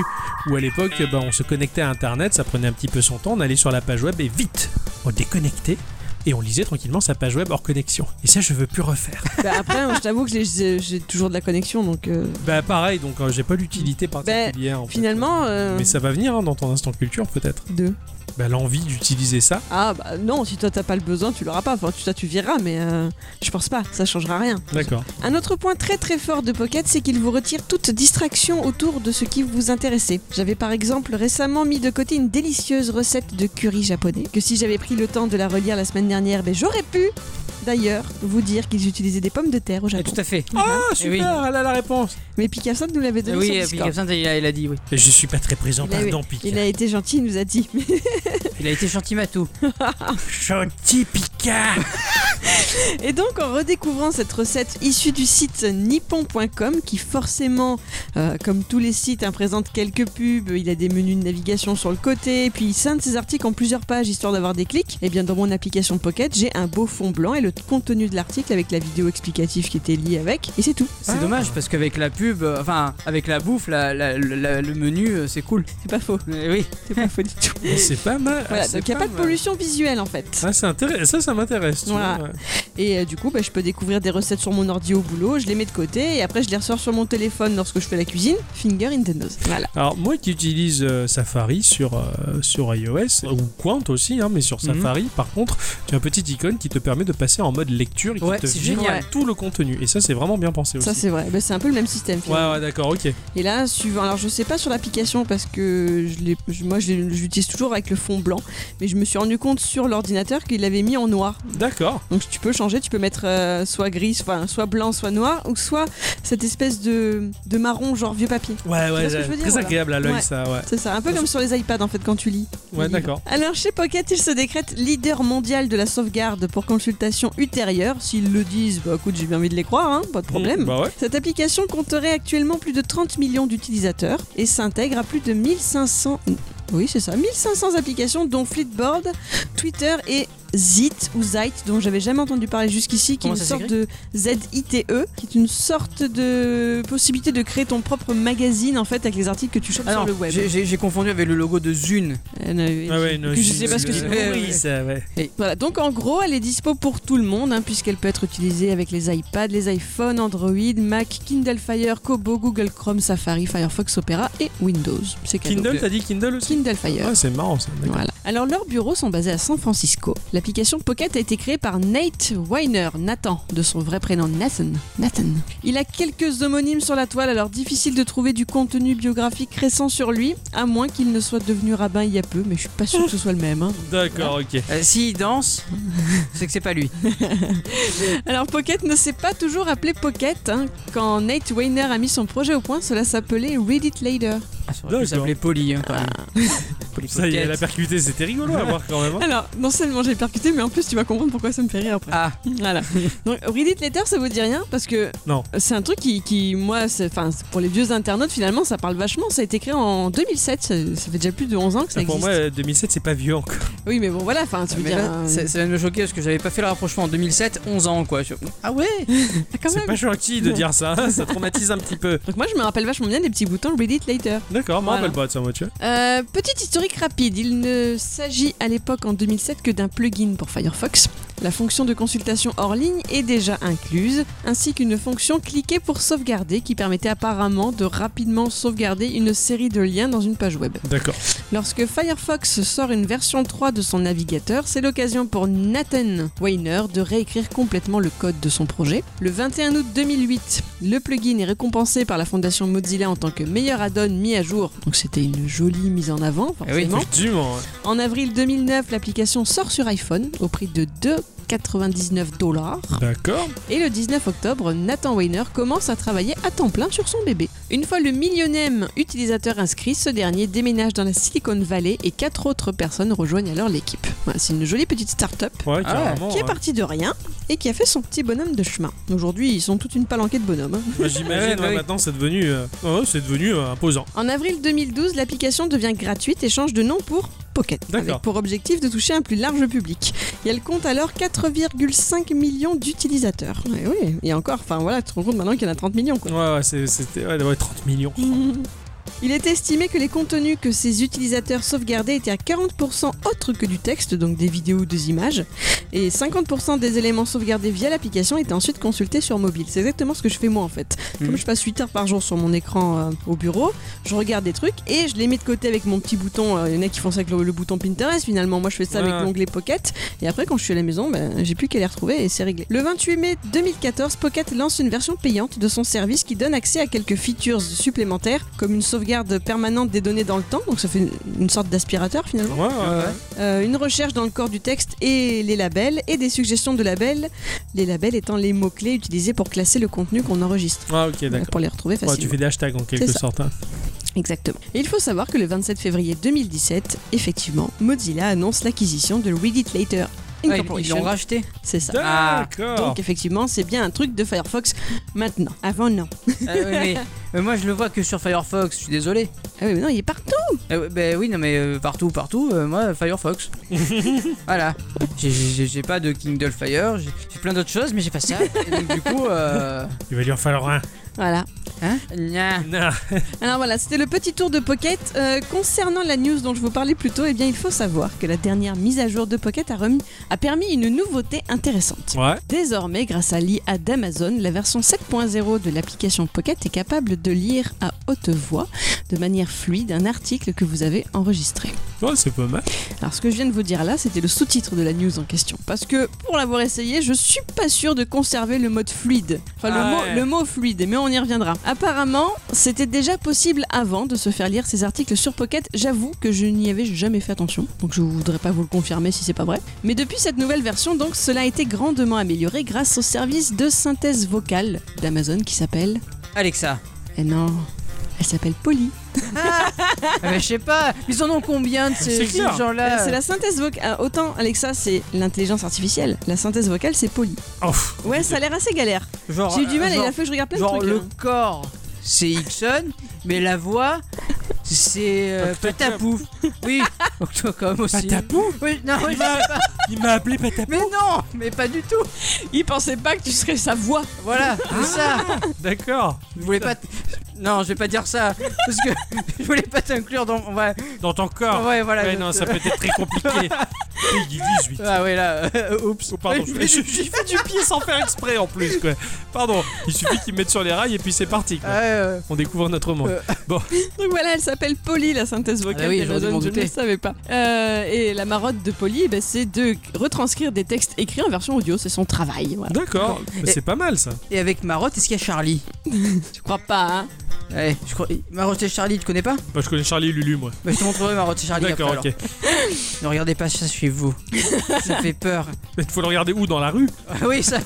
Speaker 2: où à l'époque bah, on se connectait à internet, ça prenait un petit peu son temps, on allait sur la page web et vite on déconnectait et on lisait tranquillement sa page web hors connexion. Et ça je veux
Speaker 1: <laughs>
Speaker 2: plus refaire.
Speaker 1: Bah, après, je t'avoue que j'ai- j'ai j'ai toujours de la connexion, donc. euh,
Speaker 2: bah pareil, donc euh, j'ai pas l'utilité particulière. en fait.
Speaker 1: Bah, finalement. euh,
Speaker 2: Mais ça va venir hein, dans ton instant culture peut-être.
Speaker 1: deux.
Speaker 2: Bah l'envie d'utiliser ça.
Speaker 1: Ah bah non, si toi t'as pas le besoin, tu l'auras pas. Enfin, tu, ça tu verras, mais euh, je pense pas, ça changera rien.
Speaker 2: D'accord.
Speaker 1: Un autre point très très fort de Pocket, c'est qu'il vous retire toute distraction autour de ce qui vous intéressait. J'avais par exemple récemment mis de côté une délicieuse recette de curry japonais, que si j'avais pris le temps de la relire la semaine dernière, ben j'aurais pu d'ailleurs vous dire qu'ils utilisaient des pommes de terre au
Speaker 3: Eh,
Speaker 1: Japon.
Speaker 3: Tout à fait.
Speaker 2: Ah
Speaker 3: Eh
Speaker 2: super,
Speaker 3: oui.
Speaker 2: elle a la réponse.
Speaker 1: Mais Picasso nous l'avait
Speaker 3: Eh
Speaker 1: donné
Speaker 3: oui,
Speaker 1: sur
Speaker 3: et puis
Speaker 1: Discord.
Speaker 3: Gibson, il a, il a dit oui.
Speaker 2: Et je suis pas très présent,
Speaker 1: Il a eu-
Speaker 2: pardon, Pika.
Speaker 1: Eh Il a été gentil, il nous a dit.
Speaker 3: Il a été gentil matou.
Speaker 2: Gentil Pika
Speaker 1: Et donc en redécouvrant cette recette issue du site nippon.com qui forcément, euh, comme tous les sites, hein, présente quelques pubs, il a des menus de navigation sur le côté, et puis il scinde ses articles en plusieurs pages histoire d'avoir des clics, et bien dans mon application Pocket j'ai un beau fond blanc et le contenu de l'article avec la vidéo explicative qui était liée avec, et c'est tout.
Speaker 3: C'est
Speaker 2: Ah.
Speaker 3: dommage parce qu'avec la pub, euh, enfin avec la bouffe, la- la- la- le menu, euh, c'est cool.
Speaker 1: C'est pas faux, <laughs>
Speaker 3: Eh oui.
Speaker 1: c'est pas faux du tout.
Speaker 2: <laughs> Mais c'est pas mal.
Speaker 1: Voilà,
Speaker 2: Ah, c'est
Speaker 1: donc il n'y a pas de
Speaker 2: mal.
Speaker 1: pollution visuelle en fait.
Speaker 2: Ah, c'est intéressant. Ça, ça m'intéresse. tu
Speaker 1: Voilà.
Speaker 2: vois, ouais.
Speaker 1: Et euh, du coup, bah, je peux découvrir des recettes sur mon ordi au boulot, je les mets de côté et après je les ressors sur mon téléphone lorsque je fais la cuisine. Finger in the nose. Voilà.
Speaker 2: Alors, moi qui utilise euh, Safari sur, euh, sur iOS, ou Quant aussi, hein, mais sur
Speaker 3: Mhm.
Speaker 2: Safari, par contre, tu as un petit icône qui te permet de passer en mode lecture et qui
Speaker 3: Ouais,
Speaker 2: te
Speaker 3: c'est
Speaker 2: vire
Speaker 3: génial.
Speaker 2: tout le contenu. Et ça, c'est vraiment bien pensé
Speaker 1: Ça
Speaker 2: aussi.
Speaker 1: c'est vrai, Bah, c'est un peu le même système.
Speaker 2: Ouais,
Speaker 1: finalement.
Speaker 2: ouais, d'accord, ok.
Speaker 1: Et là, suivant, alors je sais pas sur l'application parce que je l'ai- je- moi je l'ai- je l'utilise toujours avec le fond blanc, mais je me suis rendu compte sur l'ordinateur qu'il l'avait mis en noir.
Speaker 2: D'accord.
Speaker 1: Donc tu peux changer, tu peux mettre euh, soit gris, soit, soit blanc, soit noir, ou soit cette espèce de, de marron genre vieux papier.
Speaker 2: Ouais, ouais,
Speaker 1: ce que je veux dire,
Speaker 2: très
Speaker 1: voilà.
Speaker 2: agréable à l'œil,
Speaker 1: Ouais.
Speaker 2: ça, ouais.
Speaker 1: C'est ça, un peu comme sur les iPads en fait quand tu lis.
Speaker 2: Ouais, d'accord.
Speaker 1: Alors chez Pocket, ils se décrètent leader mondial de la sauvegarde pour consultation ultérieure. S'ils le disent, bah écoute, j'ai bien envie de les croire, hein, pas de problème.
Speaker 2: Bah ouais.
Speaker 1: Cette application compterait actuellement plus de 30 millions d'utilisateurs et s'intègre à plus de 1500 oui, c'est ça, 1500 applications dont Flipboard, Twitter et Zite ou Zite dont j'avais jamais entendu parler jusqu'ici qui est
Speaker 3: Comment
Speaker 1: une
Speaker 3: ça
Speaker 1: sorte de ZITE E, qui est une sorte de possibilité de créer ton propre magazine en fait avec les articles que tu chopes
Speaker 3: Ah
Speaker 1: sur
Speaker 3: non,
Speaker 1: le web.
Speaker 3: j'ai- j'ai j'ai confondu avec le logo de Zune.
Speaker 1: Euh, non, oui,
Speaker 2: Ah ouais,
Speaker 1: que
Speaker 2: non,
Speaker 1: je sais pas ce que
Speaker 3: je-
Speaker 1: c'est.
Speaker 3: Ouais,
Speaker 2: Oui,
Speaker 3: ouais.
Speaker 2: ça, ouais.
Speaker 1: Voilà, donc en gros, elle est dispo pour tout le monde, hein, puisqu'elle peut être utilisée avec les iPads, les iPhones, Android, Mac, Kindle Fire, Kobo, Google Chrome, Safari, Firefox, Opera et Windows. C'est cadeau.
Speaker 2: Kindle, t'as dit Kindle aussi
Speaker 1: euh, Kindle Fire.
Speaker 2: Ah, c'est marrant, ça. d'accord.
Speaker 1: Voilà. Alors leurs bureaux sont basés à San Francisco. L'application Pocket a été créée par Nate Weiner, Nathan, de son vrai prénom Nathan. Nathan. Il a quelques homonymes sur la toile, alors difficile de trouver du contenu biographique récent sur lui, à moins qu'il ne soit devenu rabbin il y a peu, mais je suis pas sûr que ce soit le même. hein.
Speaker 2: D'accord, ok.
Speaker 3: Euh, S'il danse, c'est que c'est pas lui.
Speaker 1: Alors Pocket ne s'est pas toujours appelé Pocket. hein. Quand Nate Weiner a mis son projet au point, cela s'appelait Read It Later.
Speaker 3: Ah, ça aurait pu
Speaker 2: D'accord.
Speaker 3: s'appeler Polly. hein, quand même. les
Speaker 2: Ça y est, elle a
Speaker 3: coquettes.
Speaker 2: percuté, c'était rigolo à voir quand même. hein.
Speaker 1: Alors, non seulement j'ai percuté, mais en plus tu vas comprendre pourquoi ça me fait rire après.
Speaker 3: Ah,
Speaker 1: Voilà. Donc, Reddit Letter, ça vous dit rien Parce que
Speaker 2: Non.
Speaker 1: c'est un truc qui, qui moi, c'est- enfin, c'est pour les vieux internautes, finalement, ça parle vachement. Ça a été créé en 2007. Ça, ça fait déjà plus de 11 ans que ça
Speaker 2: Ah, Pour
Speaker 1: existe.
Speaker 2: moi, euh, 2007, c'est pas vieux encore.
Speaker 1: Oui, mais bon, voilà. Enfin, tu veux
Speaker 3: mais
Speaker 1: dire.
Speaker 3: là,
Speaker 1: euh,
Speaker 3: ça, ça vient de me choquer parce que j'avais pas fait le rapprochement en 2007, 11 ans quoi. Je- Ah ouais
Speaker 1: <laughs> ah, quand
Speaker 2: C'est
Speaker 1: même.
Speaker 2: pas gentil de dire ça, hein, ça traumatise un petit peu.
Speaker 1: Donc moi, je me rappelle vachement bien des petits boutons Reddit Later.
Speaker 2: D'accord, moi, on
Speaker 1: Voilà.
Speaker 2: rappelle pas de ça, moi, tu vois.
Speaker 1: Euh, petite historique rapide, il ne s'agit à l'époque en 2007 que d'un plugin pour Firefox. La fonction de consultation hors ligne est déjà incluse, ainsi qu'une fonction cliquer pour sauvegarder qui permettait apparemment de rapidement sauvegarder une série de liens dans une page web.
Speaker 2: D'accord.
Speaker 1: Lorsque Firefox sort une version 3 de son navigateur, c'est l'occasion pour Nathan Weiner de réécrire complètement le code de son projet. Le 21 août 2008, le plugin est récompensé par la fondation Mozilla en tant que meilleur add-on mis à jour. Donc c'était une jolie mise en avant,
Speaker 3: Eh oui,
Speaker 1: forcément.
Speaker 2: Dûment.
Speaker 1: En avril 2009, l'application sort sur iPhone au prix de 2,99 dollars.
Speaker 2: D'accord.
Speaker 1: Et le 19 octobre, Nathan Weiner commence à travailler à temps plein sur son bébé. Une fois le millionième utilisateur inscrit, ce dernier déménage dans la Silicon Valley et quatre autres personnes rejoignent alors l'équipe. Voilà, c'est une jolie petite start-up
Speaker 2: Ouais,
Speaker 3: Ah,
Speaker 2: carrément.
Speaker 1: qui est
Speaker 2: hein.
Speaker 1: partie de rien et qui a fait son petit bonhomme de chemin. Aujourd'hui, ils sont toute une palanquée de bonhommes. hein.
Speaker 2: Moi,
Speaker 3: Ouais,
Speaker 2: J'imagine,
Speaker 3: ouais.
Speaker 2: ouais, maintenant, c'est devenu. euh, ouais, c'est devenu euh, imposant.
Speaker 1: En avril 2012, l'application devient gratuite et change de nom pour Pocket,
Speaker 2: D'accord.
Speaker 1: avec pour objectif de toucher un plus large public. Et elle compte alors 4,5 millions d'utilisateurs. Et oui, et encore, enfin voilà, tu te rends compte maintenant qu'il y en a 30 millions quoi.
Speaker 2: Ouais, ouais, c'est- c'était. Ouais, ouais, 30 millions.
Speaker 1: <laughs> Il est estimé que les contenus que ces utilisateurs sauvegardaient étaient à 40% autres que du texte, donc des vidéos ou des images, et 50% des éléments sauvegardés via l'application étaient ensuite consultés sur mobile. C'est exactement ce que je fais moi en fait.
Speaker 3: Mhm.
Speaker 1: Comme je passe 8 heures par jour sur mon écran euh, au bureau, je regarde des trucs et je les mets de côté avec mon petit bouton. Euh, Il y en a qui font ça avec le, le bouton Pinterest finalement. Moi je fais ça
Speaker 2: Ouais.
Speaker 1: avec l'onglet Pocket. Et après quand je suis à la maison, ben, j'ai plus qu'à les retrouver et c'est réglé. Le 28 mai 2014, Pocket lance une version payante de son service qui donne accès à quelques features supplémentaires comme une sauvegarde permanente des données dans le temps. Donc ça fait une, une sorte d'aspirateur finalement.
Speaker 2: Ouais, ouais, ouais.
Speaker 1: Euh, une recherche dans le corps du texte et les labels et des suggestions de labels. Les labels étant les mots-clés utilisés pour classer le contenu qu'on enregistre.
Speaker 2: Ah, ok, d'accord.
Speaker 1: Pour les retrouver
Speaker 2: Ouais,
Speaker 1: facilement.
Speaker 2: tu fais des hashtags en quelque
Speaker 1: C'est ça.
Speaker 2: sorte. hein.
Speaker 1: Exactement. Et il faut savoir que le 27 février 2017, effectivement, Mozilla annonce l'acquisition de Read It Later
Speaker 3: Ouais, ils- ils
Speaker 1: Incorporation.
Speaker 3: l'ont racheté.
Speaker 1: C'est ça.
Speaker 3: Ah,
Speaker 2: D'accord.
Speaker 1: Donc effectivement, c'est bien un truc de Firefox maintenant. Avant non.
Speaker 3: Ah oui, mais, mais moi je le vois que sur Firefox, je suis désolé.
Speaker 1: Ah oui, mais non, il est partout.
Speaker 3: Ah ouais, ben oui, non mais euh, partout, partout, euh, moi Firefox. voilà. J'ai- J'ai j'ai pas de Kindle Fire, j'ai j'ai plein d'autres choses, mais j'ai pas ça. Et donc du coup, euh...
Speaker 2: Il va lui en falloir un.
Speaker 1: Voilà.
Speaker 3: hein Gna.
Speaker 1: Ah.
Speaker 2: Non.
Speaker 1: Alors voilà, c'était le petit tour de Pocket. Euh, concernant la news dont je vous parlais plus tôt, eh bien il faut savoir que la dernière mise à jour de Pocket a, remis- a permis une nouveauté intéressante.
Speaker 2: Ouais.
Speaker 1: Désormais, grâce à l'IA d'Amazon, la version 7.0 de l'application Pocket est capable de lire à haute voix, de manière fluide, un article que vous avez enregistré.
Speaker 2: Ouais, c'est pas mal.
Speaker 1: Alors, ce que je viens de vous dire là, c'était le sous-titre de la news en question. Parce que, pour l'avoir essayé, je suis pas sûre de conserver le mode fluide. Enfin, le,
Speaker 2: Ah
Speaker 1: mot,
Speaker 2: ouais.
Speaker 1: le mot fluide, mais on y reviendra. Apparemment, c'était déjà possible avant de se faire lire ces articles sur Pocket. J'avoue que je n'y avais jamais fait attention. Donc, je voudrais pas vous le confirmer si c'est pas vrai. Mais depuis cette nouvelle version, donc, cela a été grandement amélioré grâce au service de synthèse vocale d'Amazon qui s'appelle.
Speaker 3: Alexa.
Speaker 1: Eh non, elle s'appelle Polly.
Speaker 3: Ah, mais je sais pas, ils en ont combien de
Speaker 2: C'est
Speaker 3: ces, ces
Speaker 2: clair.
Speaker 1: Euh,
Speaker 3: gens-là
Speaker 1: C'est la synthèse vocale. Autant Alexa, c'est l'intelligence artificielle. La synthèse vocale, c'est Polly.
Speaker 2: Oh, pff.
Speaker 1: Ouais, ça a l'air assez galère.
Speaker 3: Genre,
Speaker 1: J'ai eu du mal,
Speaker 3: euh,
Speaker 1: et il
Speaker 3: genre-
Speaker 1: a fallu que je regarde plein
Speaker 3: Genre
Speaker 1: de trucs.
Speaker 3: le
Speaker 1: hein.
Speaker 3: corps, c'est Ixon, mais la voix, c'est euh, Patapouf. Oui, comme aussi.
Speaker 2: Patapou
Speaker 3: Oui, non, oui,
Speaker 2: il m'a, il m'a appelé Patapou.
Speaker 3: mais non, mais pas du tout.
Speaker 1: Il pensait pas que tu serais sa voix.
Speaker 3: Voilà, c'est ça.
Speaker 2: D'accord.
Speaker 3: Je voulais pas. t- Non, je vais pas dire ça parce que <laughs> je voulais pas t'inclure dans. Ouais,
Speaker 2: Dans ton corps.
Speaker 3: ouais, voilà.
Speaker 2: Ah. Ouais,
Speaker 3: je-
Speaker 2: non, ça peut être très <laughs> compliqué. Peggy 18.
Speaker 3: <laughs> Ah ouais là, <laughs> euh, oups.
Speaker 2: Oh, pardon,
Speaker 3: Mais-
Speaker 2: je- j'ai fait du pied sans faire exprès en plus, quoi. Pardon, il suffit qu'ils me mettent sur les rails et puis c'est parti, quoi.
Speaker 3: Ah, euh,
Speaker 2: On découvre notre monde.
Speaker 3: Euh.
Speaker 1: Donc voilà, elle s'appelle Polly, la synthèse vocale.
Speaker 3: Ah bah oui,
Speaker 1: d'Amazon,
Speaker 3: j'aurais dû m'en
Speaker 1: je ne
Speaker 3: douter.
Speaker 1: le savais pas. Euh, et la marotte de Polly, eh ben, c'est de retranscrire des textes écrits en version audio. C'est son travail. Voilà.
Speaker 2: D'accord, mais
Speaker 3: Et-
Speaker 2: c'est pas mal ça.
Speaker 3: Et avec Marotte, est-ce qu'il y a Charlie
Speaker 1: Tu crois pas, hein
Speaker 3: Ouais, je crois. Marotte et Charlie, tu connais pas
Speaker 2: Bah, je connais Charlie et Lulu, moi.
Speaker 3: Bah, je te montrerai Marotte et Charlie
Speaker 2: D'accord,
Speaker 3: après.
Speaker 2: ok.
Speaker 3: alors.
Speaker 2: <laughs>
Speaker 3: Ne regardez pas ça chez vous. ça fait peur.
Speaker 2: Mais faut le regarder où Dans la rue
Speaker 3: <laughs>
Speaker 1: <laughs>
Speaker 3: Ah oui, ça.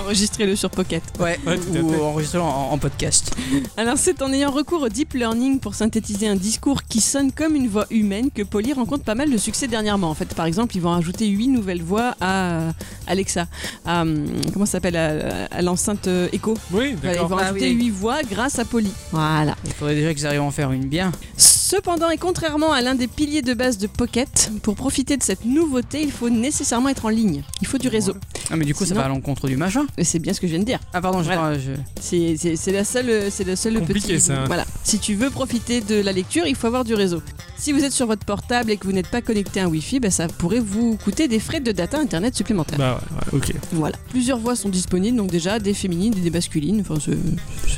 Speaker 1: Enregistrez-le sur Pocket.
Speaker 3: Ouais,
Speaker 2: Ouais, tout à
Speaker 3: ou
Speaker 2: fait.
Speaker 3: enregistrer en, en podcast.
Speaker 1: Alors c'est en ayant recours au deep learning pour synthétiser un discours qui sonne comme une voix humaine que Polly rencontre pas mal de succès dernièrement. En fait, par exemple, ils vont ajouter huit nouvelles voix à euh, Alexa, à euh, comment ça s'appelle, à, à l'enceinte euh, Echo. Voilà,
Speaker 2: Oui,
Speaker 1: ils
Speaker 2: d'accord.
Speaker 1: vont
Speaker 3: Ah
Speaker 1: ajouter
Speaker 3: oui.
Speaker 1: huit voix grâce à Polly. Voilà.
Speaker 3: Il faudrait déjà qu'ils arrivent à en faire une bien.
Speaker 1: Cependant, et contrairement à l'un des piliers de base de Pocket, pour profiter de cette nouveauté, il faut nécessairement être en ligne. Il faut du réseau.
Speaker 3: Ah, mais du coup, ça
Speaker 1: Sinon-
Speaker 3: va à l'encontre du machin.
Speaker 1: Et c'est bien ce que je viens de dire.
Speaker 3: Ah, pardon, j'ai
Speaker 1: Voilà.
Speaker 3: pas- je-
Speaker 1: C'est c'est- c'est la seule, c'est la seule
Speaker 2: Compliqué,
Speaker 1: petit-
Speaker 2: ça.
Speaker 1: Voilà. Si tu veux profiter de la lecture, il faut avoir du réseau. Si vous êtes sur votre portable et que vous n'êtes pas connecté à un Wi-Fi, bah, ça pourrait vous coûter des frais de data internet supplémentaires.
Speaker 2: Bah ouais, ouais, ok.
Speaker 1: Voilà. Plusieurs voix sont disponibles, donc déjà des féminines et des masculines. Enfin, c'est-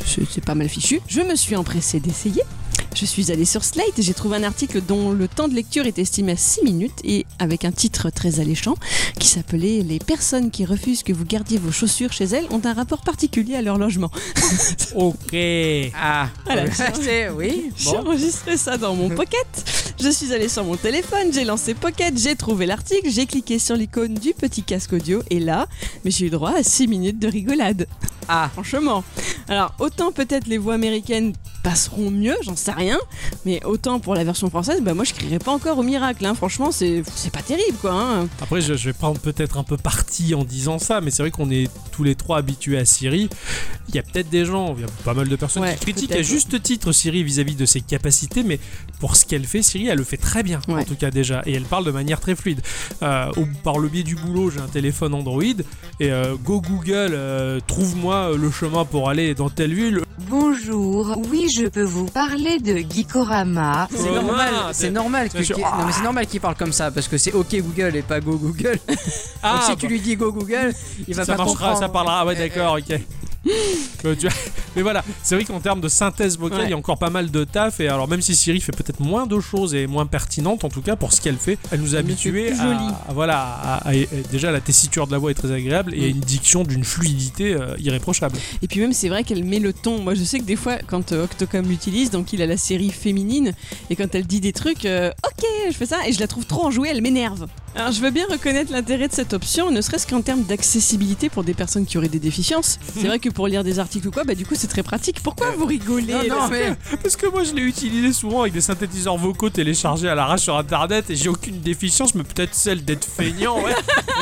Speaker 1: c'est c'est pas mal fichu. Je me suis empressée d'essayer. Je suis allée sur Slate et j'ai trouvé un article dont le temps de lecture est estimé à 6 minutes et avec un titre très alléchant qui s'appelait Les personnes qui refusent que vous gardiez vos chaussures chez elles ont un rapport particulier à leur logement.
Speaker 2: Ok.
Speaker 3: Ah,
Speaker 1: Voilà.
Speaker 3: <laughs> c'est
Speaker 1: <laughs>
Speaker 3: oui.
Speaker 1: J'ai
Speaker 3: Bon.
Speaker 1: enregistré ça dans
Speaker 3: <laughs>
Speaker 1: mon pocket. Je suis allée sur mon téléphone, j'ai lancé Pocket, j'ai trouvé l'article, j'ai cliqué sur l'icône du petit casque audio et là, mais j'ai eu droit à 6 minutes de rigolade.
Speaker 3: Ah.
Speaker 1: <laughs> Franchement. Alors, autant peut-être les voix américaines passeront mieux, j'en sais rien, mais autant pour la version française, bah moi je crierai pas encore au miracle, hein. franchement, c'est c'est pas terrible quoi. hein.
Speaker 2: Après, je, je vais prendre peut-être un peu parti en disant ça, mais c'est vrai qu'on est tous les trois habitués à Siri. Il y a peut-être des gens, il y a pas mal de personnes
Speaker 1: Ouais,
Speaker 2: qui critiquent à
Speaker 1: peut-être.
Speaker 2: juste titre Siri vis-à-vis de ses capacités, mais pour ce qu'elle fait, Siri, elle le fait très bien, en
Speaker 1: Ouais.
Speaker 2: tout cas déjà, et elle parle de manière très fluide. Euh, au- par le biais du boulot, j'ai un téléphone Android, et euh, go Google, euh, trouve-moi euh, le chemin pour aller dans telle ville.
Speaker 6: Bonjour, oui je peux vous parler de Gikorama.
Speaker 3: C'est
Speaker 2: Oh,
Speaker 3: normal,
Speaker 2: mince.
Speaker 3: c'est normal que,
Speaker 2: Bien sûr.
Speaker 3: qu'il- non, mais c'est normal qu'il parle comme ça parce que c'est OK Google et pas Go Google. Donc si tu
Speaker 2: bah,
Speaker 3: lui dis Go Google, il va
Speaker 2: ça
Speaker 3: pas
Speaker 2: marchera,
Speaker 3: comprendre.
Speaker 2: ça parlera. Ah ouais,
Speaker 3: Euh,
Speaker 2: d'accord, ok. <laughs> Euh, tu vois, Mais voilà, c'est vrai qu'en termes de synthèse vocale,
Speaker 1: Ouais.
Speaker 2: il y a encore pas mal de taf. Et alors, même si Siri fait peut-être moins de choses et est moins pertinente, en tout cas pour ce qu'elle fait, elle nous a
Speaker 1: Elle le
Speaker 2: habitués
Speaker 1: fait plus
Speaker 2: à,
Speaker 1: joli.
Speaker 2: à- voilà, à- à- à- déjà la tessiture de la voix est très agréable et
Speaker 1: Mm.
Speaker 2: une diction d'une fluidité euh, irréprochable.
Speaker 1: Et puis même c'est vrai qu'elle met le ton. Moi je sais que des fois quand euh, Octocom l'utilise, donc il a la série féminine, et quand elle dit des trucs, euh, ok je fais ça, et je la trouve trop enjouée, elle m'énerve. Alors je veux bien reconnaître l'intérêt de cette option, ne serait-ce qu'en termes d'accessibilité pour des personnes qui auraient des déficiences. C'est vrai que pour lire des articles ou quoi, bah du coup c'est très pratique. Pourquoi vous rigolez
Speaker 3: Non, Euh, non, mais
Speaker 2: Parce que moi, je l'ai utilisé souvent avec des synthétiseurs vocaux téléchargés à l'arrache sur internet et j'ai aucune déficience, mais peut-être celle d'être feignant, ouais.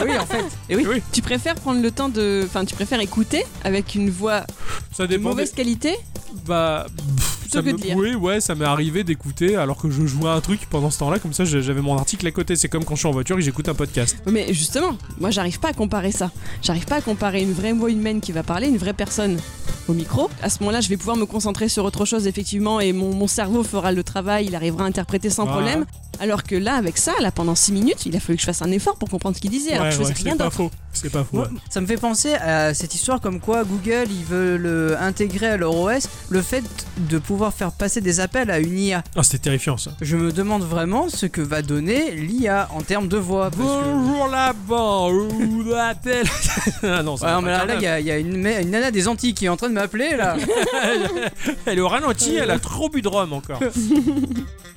Speaker 3: oui, en fait.
Speaker 1: Et oui,
Speaker 2: Oui.
Speaker 1: tu préfères prendre le temps de... Enfin tu préfères écouter avec une voix
Speaker 2: Ça
Speaker 1: de
Speaker 2: dépend. des-
Speaker 1: mauvaise qualité
Speaker 2: Bah, pff, ça
Speaker 1: que
Speaker 2: me-
Speaker 1: de lire.
Speaker 2: oui, ouais, ça m'est arrivé d'écouter alors que je jouais à un truc pendant ce temps-là, comme ça je- j'avais mon article à côté. C'est comme quand je suis en voiture et que j'écoute un podcast.
Speaker 1: Mais justement, moi j'arrive pas à comparer ça. J'arrive pas à comparer une vraie voix humaine qui va parler, une vraie personne au micro. À ce moment-là, je vais pouvoir me concentrer sur autre chose effectivement et mon, mon cerveau fera le travail, il arrivera à interpréter sans
Speaker 2: Ouais.
Speaker 1: problème. Alors que là, avec ça, là pendant 6 minutes, il a fallu que je fasse un effort pour comprendre ce qu'il disait alors
Speaker 2: ouais,
Speaker 1: que je faisais
Speaker 2: ouais,
Speaker 1: rien
Speaker 2: c'est pas
Speaker 1: d'autre.
Speaker 2: faux. C'est pas faux.
Speaker 3: Moi,
Speaker 2: ouais.
Speaker 3: Ça me fait penser à cette histoire comme quoi Google il veut le intégrer à leur OS le fait de pouvoir faire passer des appels à une IA.
Speaker 2: Ah, c'était terrifiant ça.
Speaker 3: Je me demande vraiment ce que va donner l'IA en termes de voix. Parce que...
Speaker 2: Bonjour là-bas, où la-t-elle <laughs> Ah non, ça
Speaker 3: Ouais,
Speaker 2: va
Speaker 3: non, mais là,
Speaker 2: pas
Speaker 3: là,
Speaker 2: quand
Speaker 3: il y a, il y a une, me- une nana des Antilles qui est en train de m'appeler là.
Speaker 2: même. Elle est au ralenti, elle a trop bu de rhum <laughs> encore.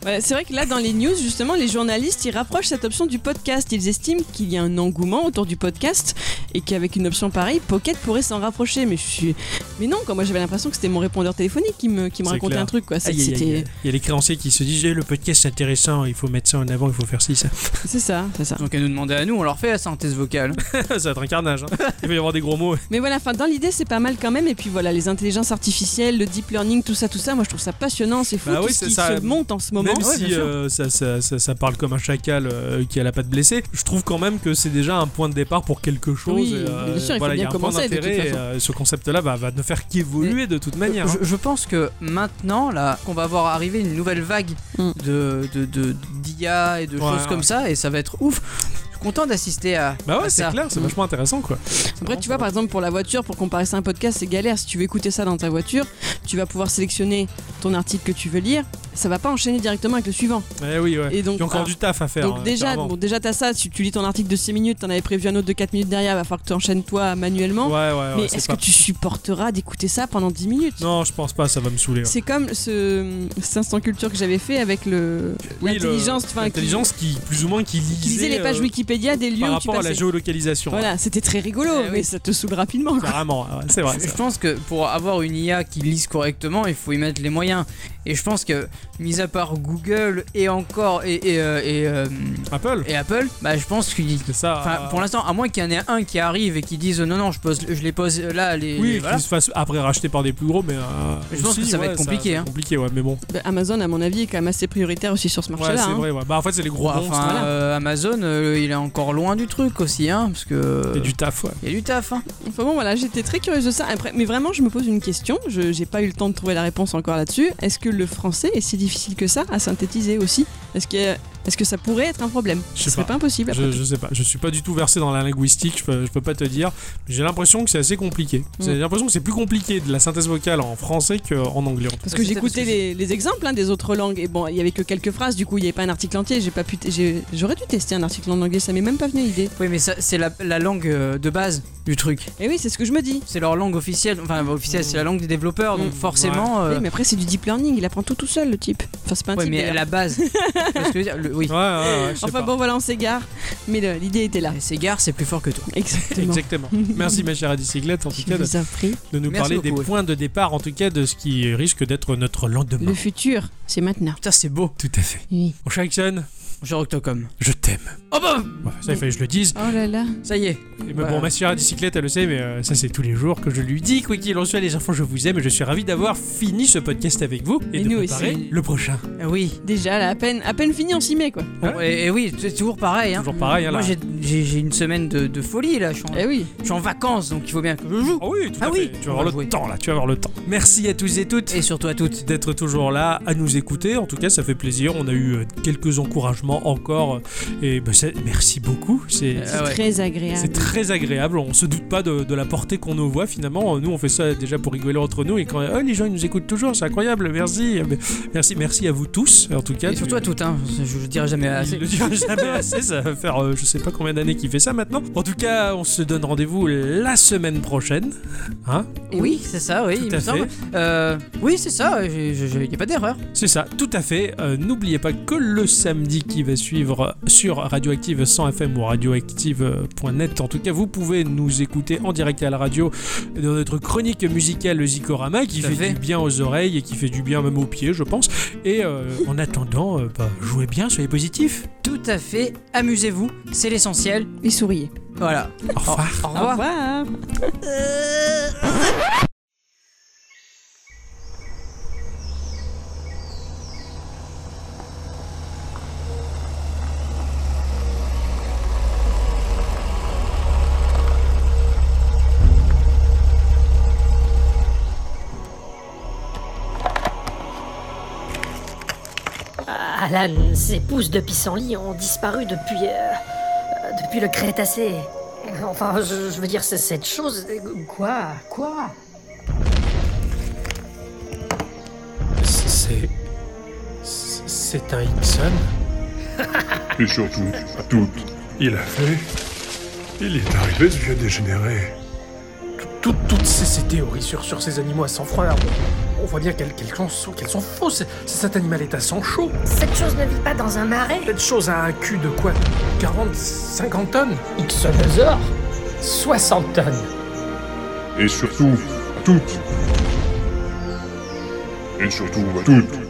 Speaker 1: Voilà, c'est vrai que là, dans les news, justement, les journalistes, ils rapprochent cette option du podcast. Ils estiment qu'il y a un engouement autour du podcast et qu'avec une option pareille, Pocket pourrait s'en rapprocher. Mais je suis... Mais non, quoi, moi j'avais l'impression que c'était mon répondeur téléphonique qui me, qui me
Speaker 2: C'est
Speaker 1: racontait
Speaker 2: clair.
Speaker 1: un truc, quoi. C'est-
Speaker 2: Aïe, aïe, aïe.
Speaker 1: C'était...
Speaker 2: Il y a les créanciers qui se disent Eh, le podcast c'est intéressant, il faut mettre ça en avant, il faut faire ci, ça. <laughs>
Speaker 1: C'est ça, c'est ça.
Speaker 3: <laughs> Donc elle nous demandait à nous, on leur fait la synthèse vocale.
Speaker 2: ça va être un carnage. hein. Il va y avoir des gros mots.
Speaker 1: Mais voilà, enfin dans l'idée c'est pas mal quand même. Et puis voilà, les intelligences artificielles, le deep learning, tout ça, tout ça, moi je trouve ça passionnant, c'est fou
Speaker 2: Bah
Speaker 1: tout
Speaker 2: oui,
Speaker 1: ce
Speaker 2: c'est
Speaker 1: qui
Speaker 2: ça.
Speaker 1: se monte en ce moment.
Speaker 2: Même
Speaker 1: Ouais, bien
Speaker 2: si
Speaker 1: sûr.
Speaker 2: euh, ça, ça- ça- ça parle comme un chacal euh, qui a la patte blessée, je trouve quand même que c'est déjà un point de départ pour quelque chose.
Speaker 1: Oui,
Speaker 2: et, euh,
Speaker 1: bien sûr, il faut
Speaker 2: voilà, y
Speaker 1: bien
Speaker 2: a un point
Speaker 1: commencer, de toute
Speaker 2: d'intérêt, et,
Speaker 1: façon.
Speaker 2: euh, ce concept-là va, va ne faire qu'évoluer de toute manière. hein.
Speaker 3: Je, je pense que maintenant, là, qu'on va voir arriver une nouvelle vague
Speaker 1: Mm.
Speaker 3: de de- de- d'IA et de
Speaker 2: Ouais,
Speaker 3: choses
Speaker 2: ouais.
Speaker 3: comme ça, et ça va être ouf. Je suis content d'assister à.
Speaker 2: Bah
Speaker 3: à
Speaker 2: ouais, c'est
Speaker 3: ça.
Speaker 2: clair, c'est
Speaker 1: Mm.
Speaker 2: vachement intéressant quoi.
Speaker 1: Après, tu vois, par exemple, pour la voiture, pour comparer ça à un podcast, c'est galère. Si tu veux écouter ça dans ta voiture, tu vas pouvoir sélectionner ton article que tu veux lire, ça va pas enchaîner directement avec le suivant.
Speaker 2: Eh oui, ouais.
Speaker 1: Et donc,
Speaker 2: Il y a encore
Speaker 1: alors,
Speaker 2: du taf à faire.
Speaker 1: Donc
Speaker 2: hein,
Speaker 1: déjà,
Speaker 2: clairement.
Speaker 1: bon, déjà t'as ça, si tu lis ton article de 6 minutes, t'en avais prévu un autre de 4 minutes derrière, va falloir que tu enchaînes toi manuellement.
Speaker 2: Ouais, ouais, ouais,
Speaker 1: mais
Speaker 2: c'est
Speaker 1: est-ce
Speaker 2: pas-
Speaker 1: que tu supporteras d'écouter ça pendant 10 minutes
Speaker 2: Non, euh, je pense pas, ça va me saouler. hein. ouais.
Speaker 1: C'est comme ce, cet instant culture que j'avais fait avec le
Speaker 2: Oui, le-
Speaker 1: l'intelligence, enfin, qui,
Speaker 2: L'intelligence qui, plus ou moins, qui lisait,
Speaker 1: qui lisait les pages
Speaker 2: euh,
Speaker 1: Wikipédia des lieux
Speaker 2: par
Speaker 1: où tu
Speaker 2: rapport à
Speaker 1: passais.
Speaker 2: la géolocalisation. hein.
Speaker 1: Voilà, c'était très rigolo,
Speaker 3: Eh oui.
Speaker 1: mais ça te saoule rapidement. quoi.
Speaker 2: Carrément, ouais,
Speaker 1: <laughs>
Speaker 2: c'est vrai.
Speaker 3: Je-
Speaker 2: c'est
Speaker 3: Je
Speaker 2: vrai.
Speaker 3: pense que pour avoir une IA qui lise correctement, il faut y mettre les moyens. Et je pense que, mis à part Google et encore et, et, euh, et, euh,
Speaker 2: Apple,
Speaker 3: et Apple, bah, je pense qu'il.
Speaker 2: c'est ça.
Speaker 3: Enfin,
Speaker 2: euh,
Speaker 3: pour l'instant, à moins qu'il y en ait un qui arrive et qui dise non, non, je, pose, je les pose là, les.
Speaker 2: Oui,
Speaker 3: les- voilà.
Speaker 2: qu'ils se fassent après racheter par des plus gros, mais. euh,
Speaker 3: Je pense
Speaker 2: aussi,
Speaker 3: que ça va
Speaker 2: ouais,
Speaker 3: être compliqué,
Speaker 2: c'est
Speaker 3: hein.
Speaker 2: Compliqué, ouais, mais bon.
Speaker 1: Bah, Amazon, à mon avis, est quand même assez prioritaire aussi sur ce
Speaker 2: Ouais,
Speaker 1: marché-là.
Speaker 2: c'est
Speaker 1: hein.
Speaker 2: vrai, ouais. Bah, en fait, c'est les gros
Speaker 3: Ouais,
Speaker 2: monstres.
Speaker 3: enfin, euh, Amazon, euh, il est encore loin du truc aussi, hein, parce que.
Speaker 2: Et du taf, ouais.
Speaker 3: Il y a du taf, hein.
Speaker 1: Enfin bon, voilà, j'étais très curieuse de ça. Après, mais vraiment, je me pose une question. Je j'ai pas eu le temps de trouver la réponse encore là-dessus. Est-ce que le français est si difficile que ça à synthétiser aussi Est-ce que est-ce que ça pourrait être un problème
Speaker 2: Je
Speaker 1: Ce
Speaker 2: sais
Speaker 1: serait
Speaker 2: pas.
Speaker 1: pas, impossible. après
Speaker 2: Je,
Speaker 1: tout.
Speaker 2: je sais pas, je suis pas du tout versé dans la linguistique, je peux, je peux pas te dire. J'ai l'impression que c'est assez compliqué. J'ai
Speaker 1: Mm.
Speaker 2: l'impression que c'est plus compliqué de la synthèse vocale en français qu'en anglais. en tout
Speaker 1: Parce
Speaker 2: cas.
Speaker 3: Parce que
Speaker 1: que j'écoutais les,
Speaker 3: c'est-
Speaker 1: les exemples hein, des autres langues et bon, il y avait que quelques phrases. Du coup, il y avait pas un article entier. J'ai pas pu. t- j'ai- J'aurais dû tester un article en anglais. Ça m'est même pas venu l'idée.
Speaker 3: Oui, mais ça, c'est la, la langue euh, de base du truc.
Speaker 1: Et oui, c'est ce que je me dis.
Speaker 3: C'est leur langue officielle. Enfin, officielle, c'est la langue des développeurs, donc
Speaker 1: Mm,
Speaker 3: forcément. euh,
Speaker 1: Oui, mais après, c'est du deep learning. Il apprend tout tout seul, le type. Enfin, c'est pas un
Speaker 3: Ouais,
Speaker 1: type.
Speaker 3: mais à
Speaker 1: d'ailleurs.
Speaker 3: la base. <laughs> Tu vois ce que je veux dire Le- oui.
Speaker 2: Ouais, ouais, ouais, je sais
Speaker 1: Enfin
Speaker 2: pas.
Speaker 1: bon, voilà, on s'égare. Mais le- l'idée était là.
Speaker 3: Et Ségare, c'est plus fort que toi.
Speaker 1: Exactement.
Speaker 2: Exactement.
Speaker 3: <laughs>
Speaker 2: Merci ma chère bicyclette en tout
Speaker 1: Je
Speaker 2: cas de,
Speaker 1: vous en prie.
Speaker 2: de nous
Speaker 3: Merci
Speaker 2: parler
Speaker 3: beaucoup,
Speaker 2: des
Speaker 3: ouais.
Speaker 2: points de départ en tout cas de ce qui risque d'être notre lendemain.
Speaker 1: Le futur, c'est maintenant.
Speaker 3: Putain, c'est beau.
Speaker 2: Tout à fait.
Speaker 1: Oui.
Speaker 2: Mon cher Ixon,
Speaker 3: Genre Octocom.
Speaker 2: je t'aime.
Speaker 3: Oh bah
Speaker 2: Ouais, ça il fallait que je le dise.
Speaker 1: Oh là là.
Speaker 3: Ça y est.
Speaker 2: Et mais
Speaker 3: Ouais.
Speaker 2: bon, ma chère bicyclette elle le sait mais euh, ça c'est tous les jours que je lui dis quoi qu'il en soit les enfants je vous aime et je suis ravi d'avoir fini ce podcast avec vous et,
Speaker 1: Et
Speaker 2: de
Speaker 1: nous
Speaker 2: préparer
Speaker 1: aussi.
Speaker 2: le prochain.
Speaker 3: Eh Oui.
Speaker 1: Déjà, là, à peine, à peine fini, on s'y met quoi.
Speaker 3: Bon, et, et oui, c'est Hein toujours pareil. Hein.
Speaker 2: Toujours pareil hein,
Speaker 3: Moi,
Speaker 2: là.
Speaker 3: j'ai- j'ai j'ai une semaine de, de folie là. Je suis, en,
Speaker 1: Eh oui.
Speaker 3: je suis en vacances, donc il faut bien que je joue.
Speaker 2: Ah oui, tout
Speaker 3: Ah
Speaker 2: à
Speaker 3: oui,
Speaker 2: fait. Tu
Speaker 3: on
Speaker 2: vas avoir
Speaker 3: va
Speaker 2: le
Speaker 3: jouer.
Speaker 2: temps là, tu vas avoir le temps. Merci à tous et toutes.
Speaker 3: Et surtout à toutes.
Speaker 2: d'être toujours là à nous écouter. En tout cas, ça fait plaisir. On a eu euh, quelques encouragements encore. Et ben, c'est- merci beaucoup. C'est
Speaker 3: Euh, Ah ouais.
Speaker 1: Très agréable.
Speaker 2: c'est très agréable. On se doute pas de, de la portée qu'on nous voit finalement. euh, Nous, on fait ça déjà pour rigoler entre nous. Et quand oh, les gens ils nous écoutent toujours, c'est incroyable. Merci, euh, Mais- merci, merci à vous tous. En tout cas,
Speaker 3: Et surtout à toutes, hein. je, je dirai jamais assez.
Speaker 2: Il le dira jamais assez, ça va faire euh, je sais pas combien d'années qu'il fait ça maintenant. En tout cas, on se donne rendez-vous la semaine prochaine. Hein
Speaker 3: Oui, c'est ça, oui,
Speaker 2: Tout
Speaker 3: il
Speaker 2: à
Speaker 3: me
Speaker 2: fait.
Speaker 3: semble. Euh, oui, c'est ça, il n'y a pas d'erreur.
Speaker 2: C'est ça, tout à fait. Euh, N'oubliez pas que le samedi qui va suivre sur Radioactive 100 FM ou radioactive.net, en tout cas, vous pouvez nous écouter en direct à la radio dans notre chronique musicale le Zikorama qui
Speaker 3: Tout à
Speaker 2: fait,
Speaker 3: fait.
Speaker 2: du bien aux oreilles et qui fait du bien même aux pieds, je pense. Et euh, en attendant, euh, bah, jouez bien, soyez positifs.
Speaker 3: Tout à fait, amusez-vous, c'est l'essentiel.
Speaker 1: Et souriez.
Speaker 3: Voilà.
Speaker 2: Au revoir.
Speaker 3: Au revoir.
Speaker 1: revoir.
Speaker 7: Alan, ses pouces de pissenlit ont disparu depuis. euh, euh, depuis le Crétacé. Enfin, je, je veux dire, c'est cette chose. Quoi Quoi
Speaker 8: C'est. C'est un Hickson
Speaker 9: Et surtout, à toutes, il a fait. Il est arrivé de vieux dégénéré.
Speaker 8: Tout- tout- Toutes ces, ces théories sur, sur ces animaux à sang froid, on, on voit bien qu'elles qu'elles sont, qu'elles sont fausses. C'est- Cet animal est à sang chaud.
Speaker 7: Cette chose ne vit pas dans un marais
Speaker 8: Cette chose a un cul de quoi 40, 50 tonnes Hicksonosaure 60 tonnes
Speaker 9: Et surtout, à toutes. Et surtout, à toutes.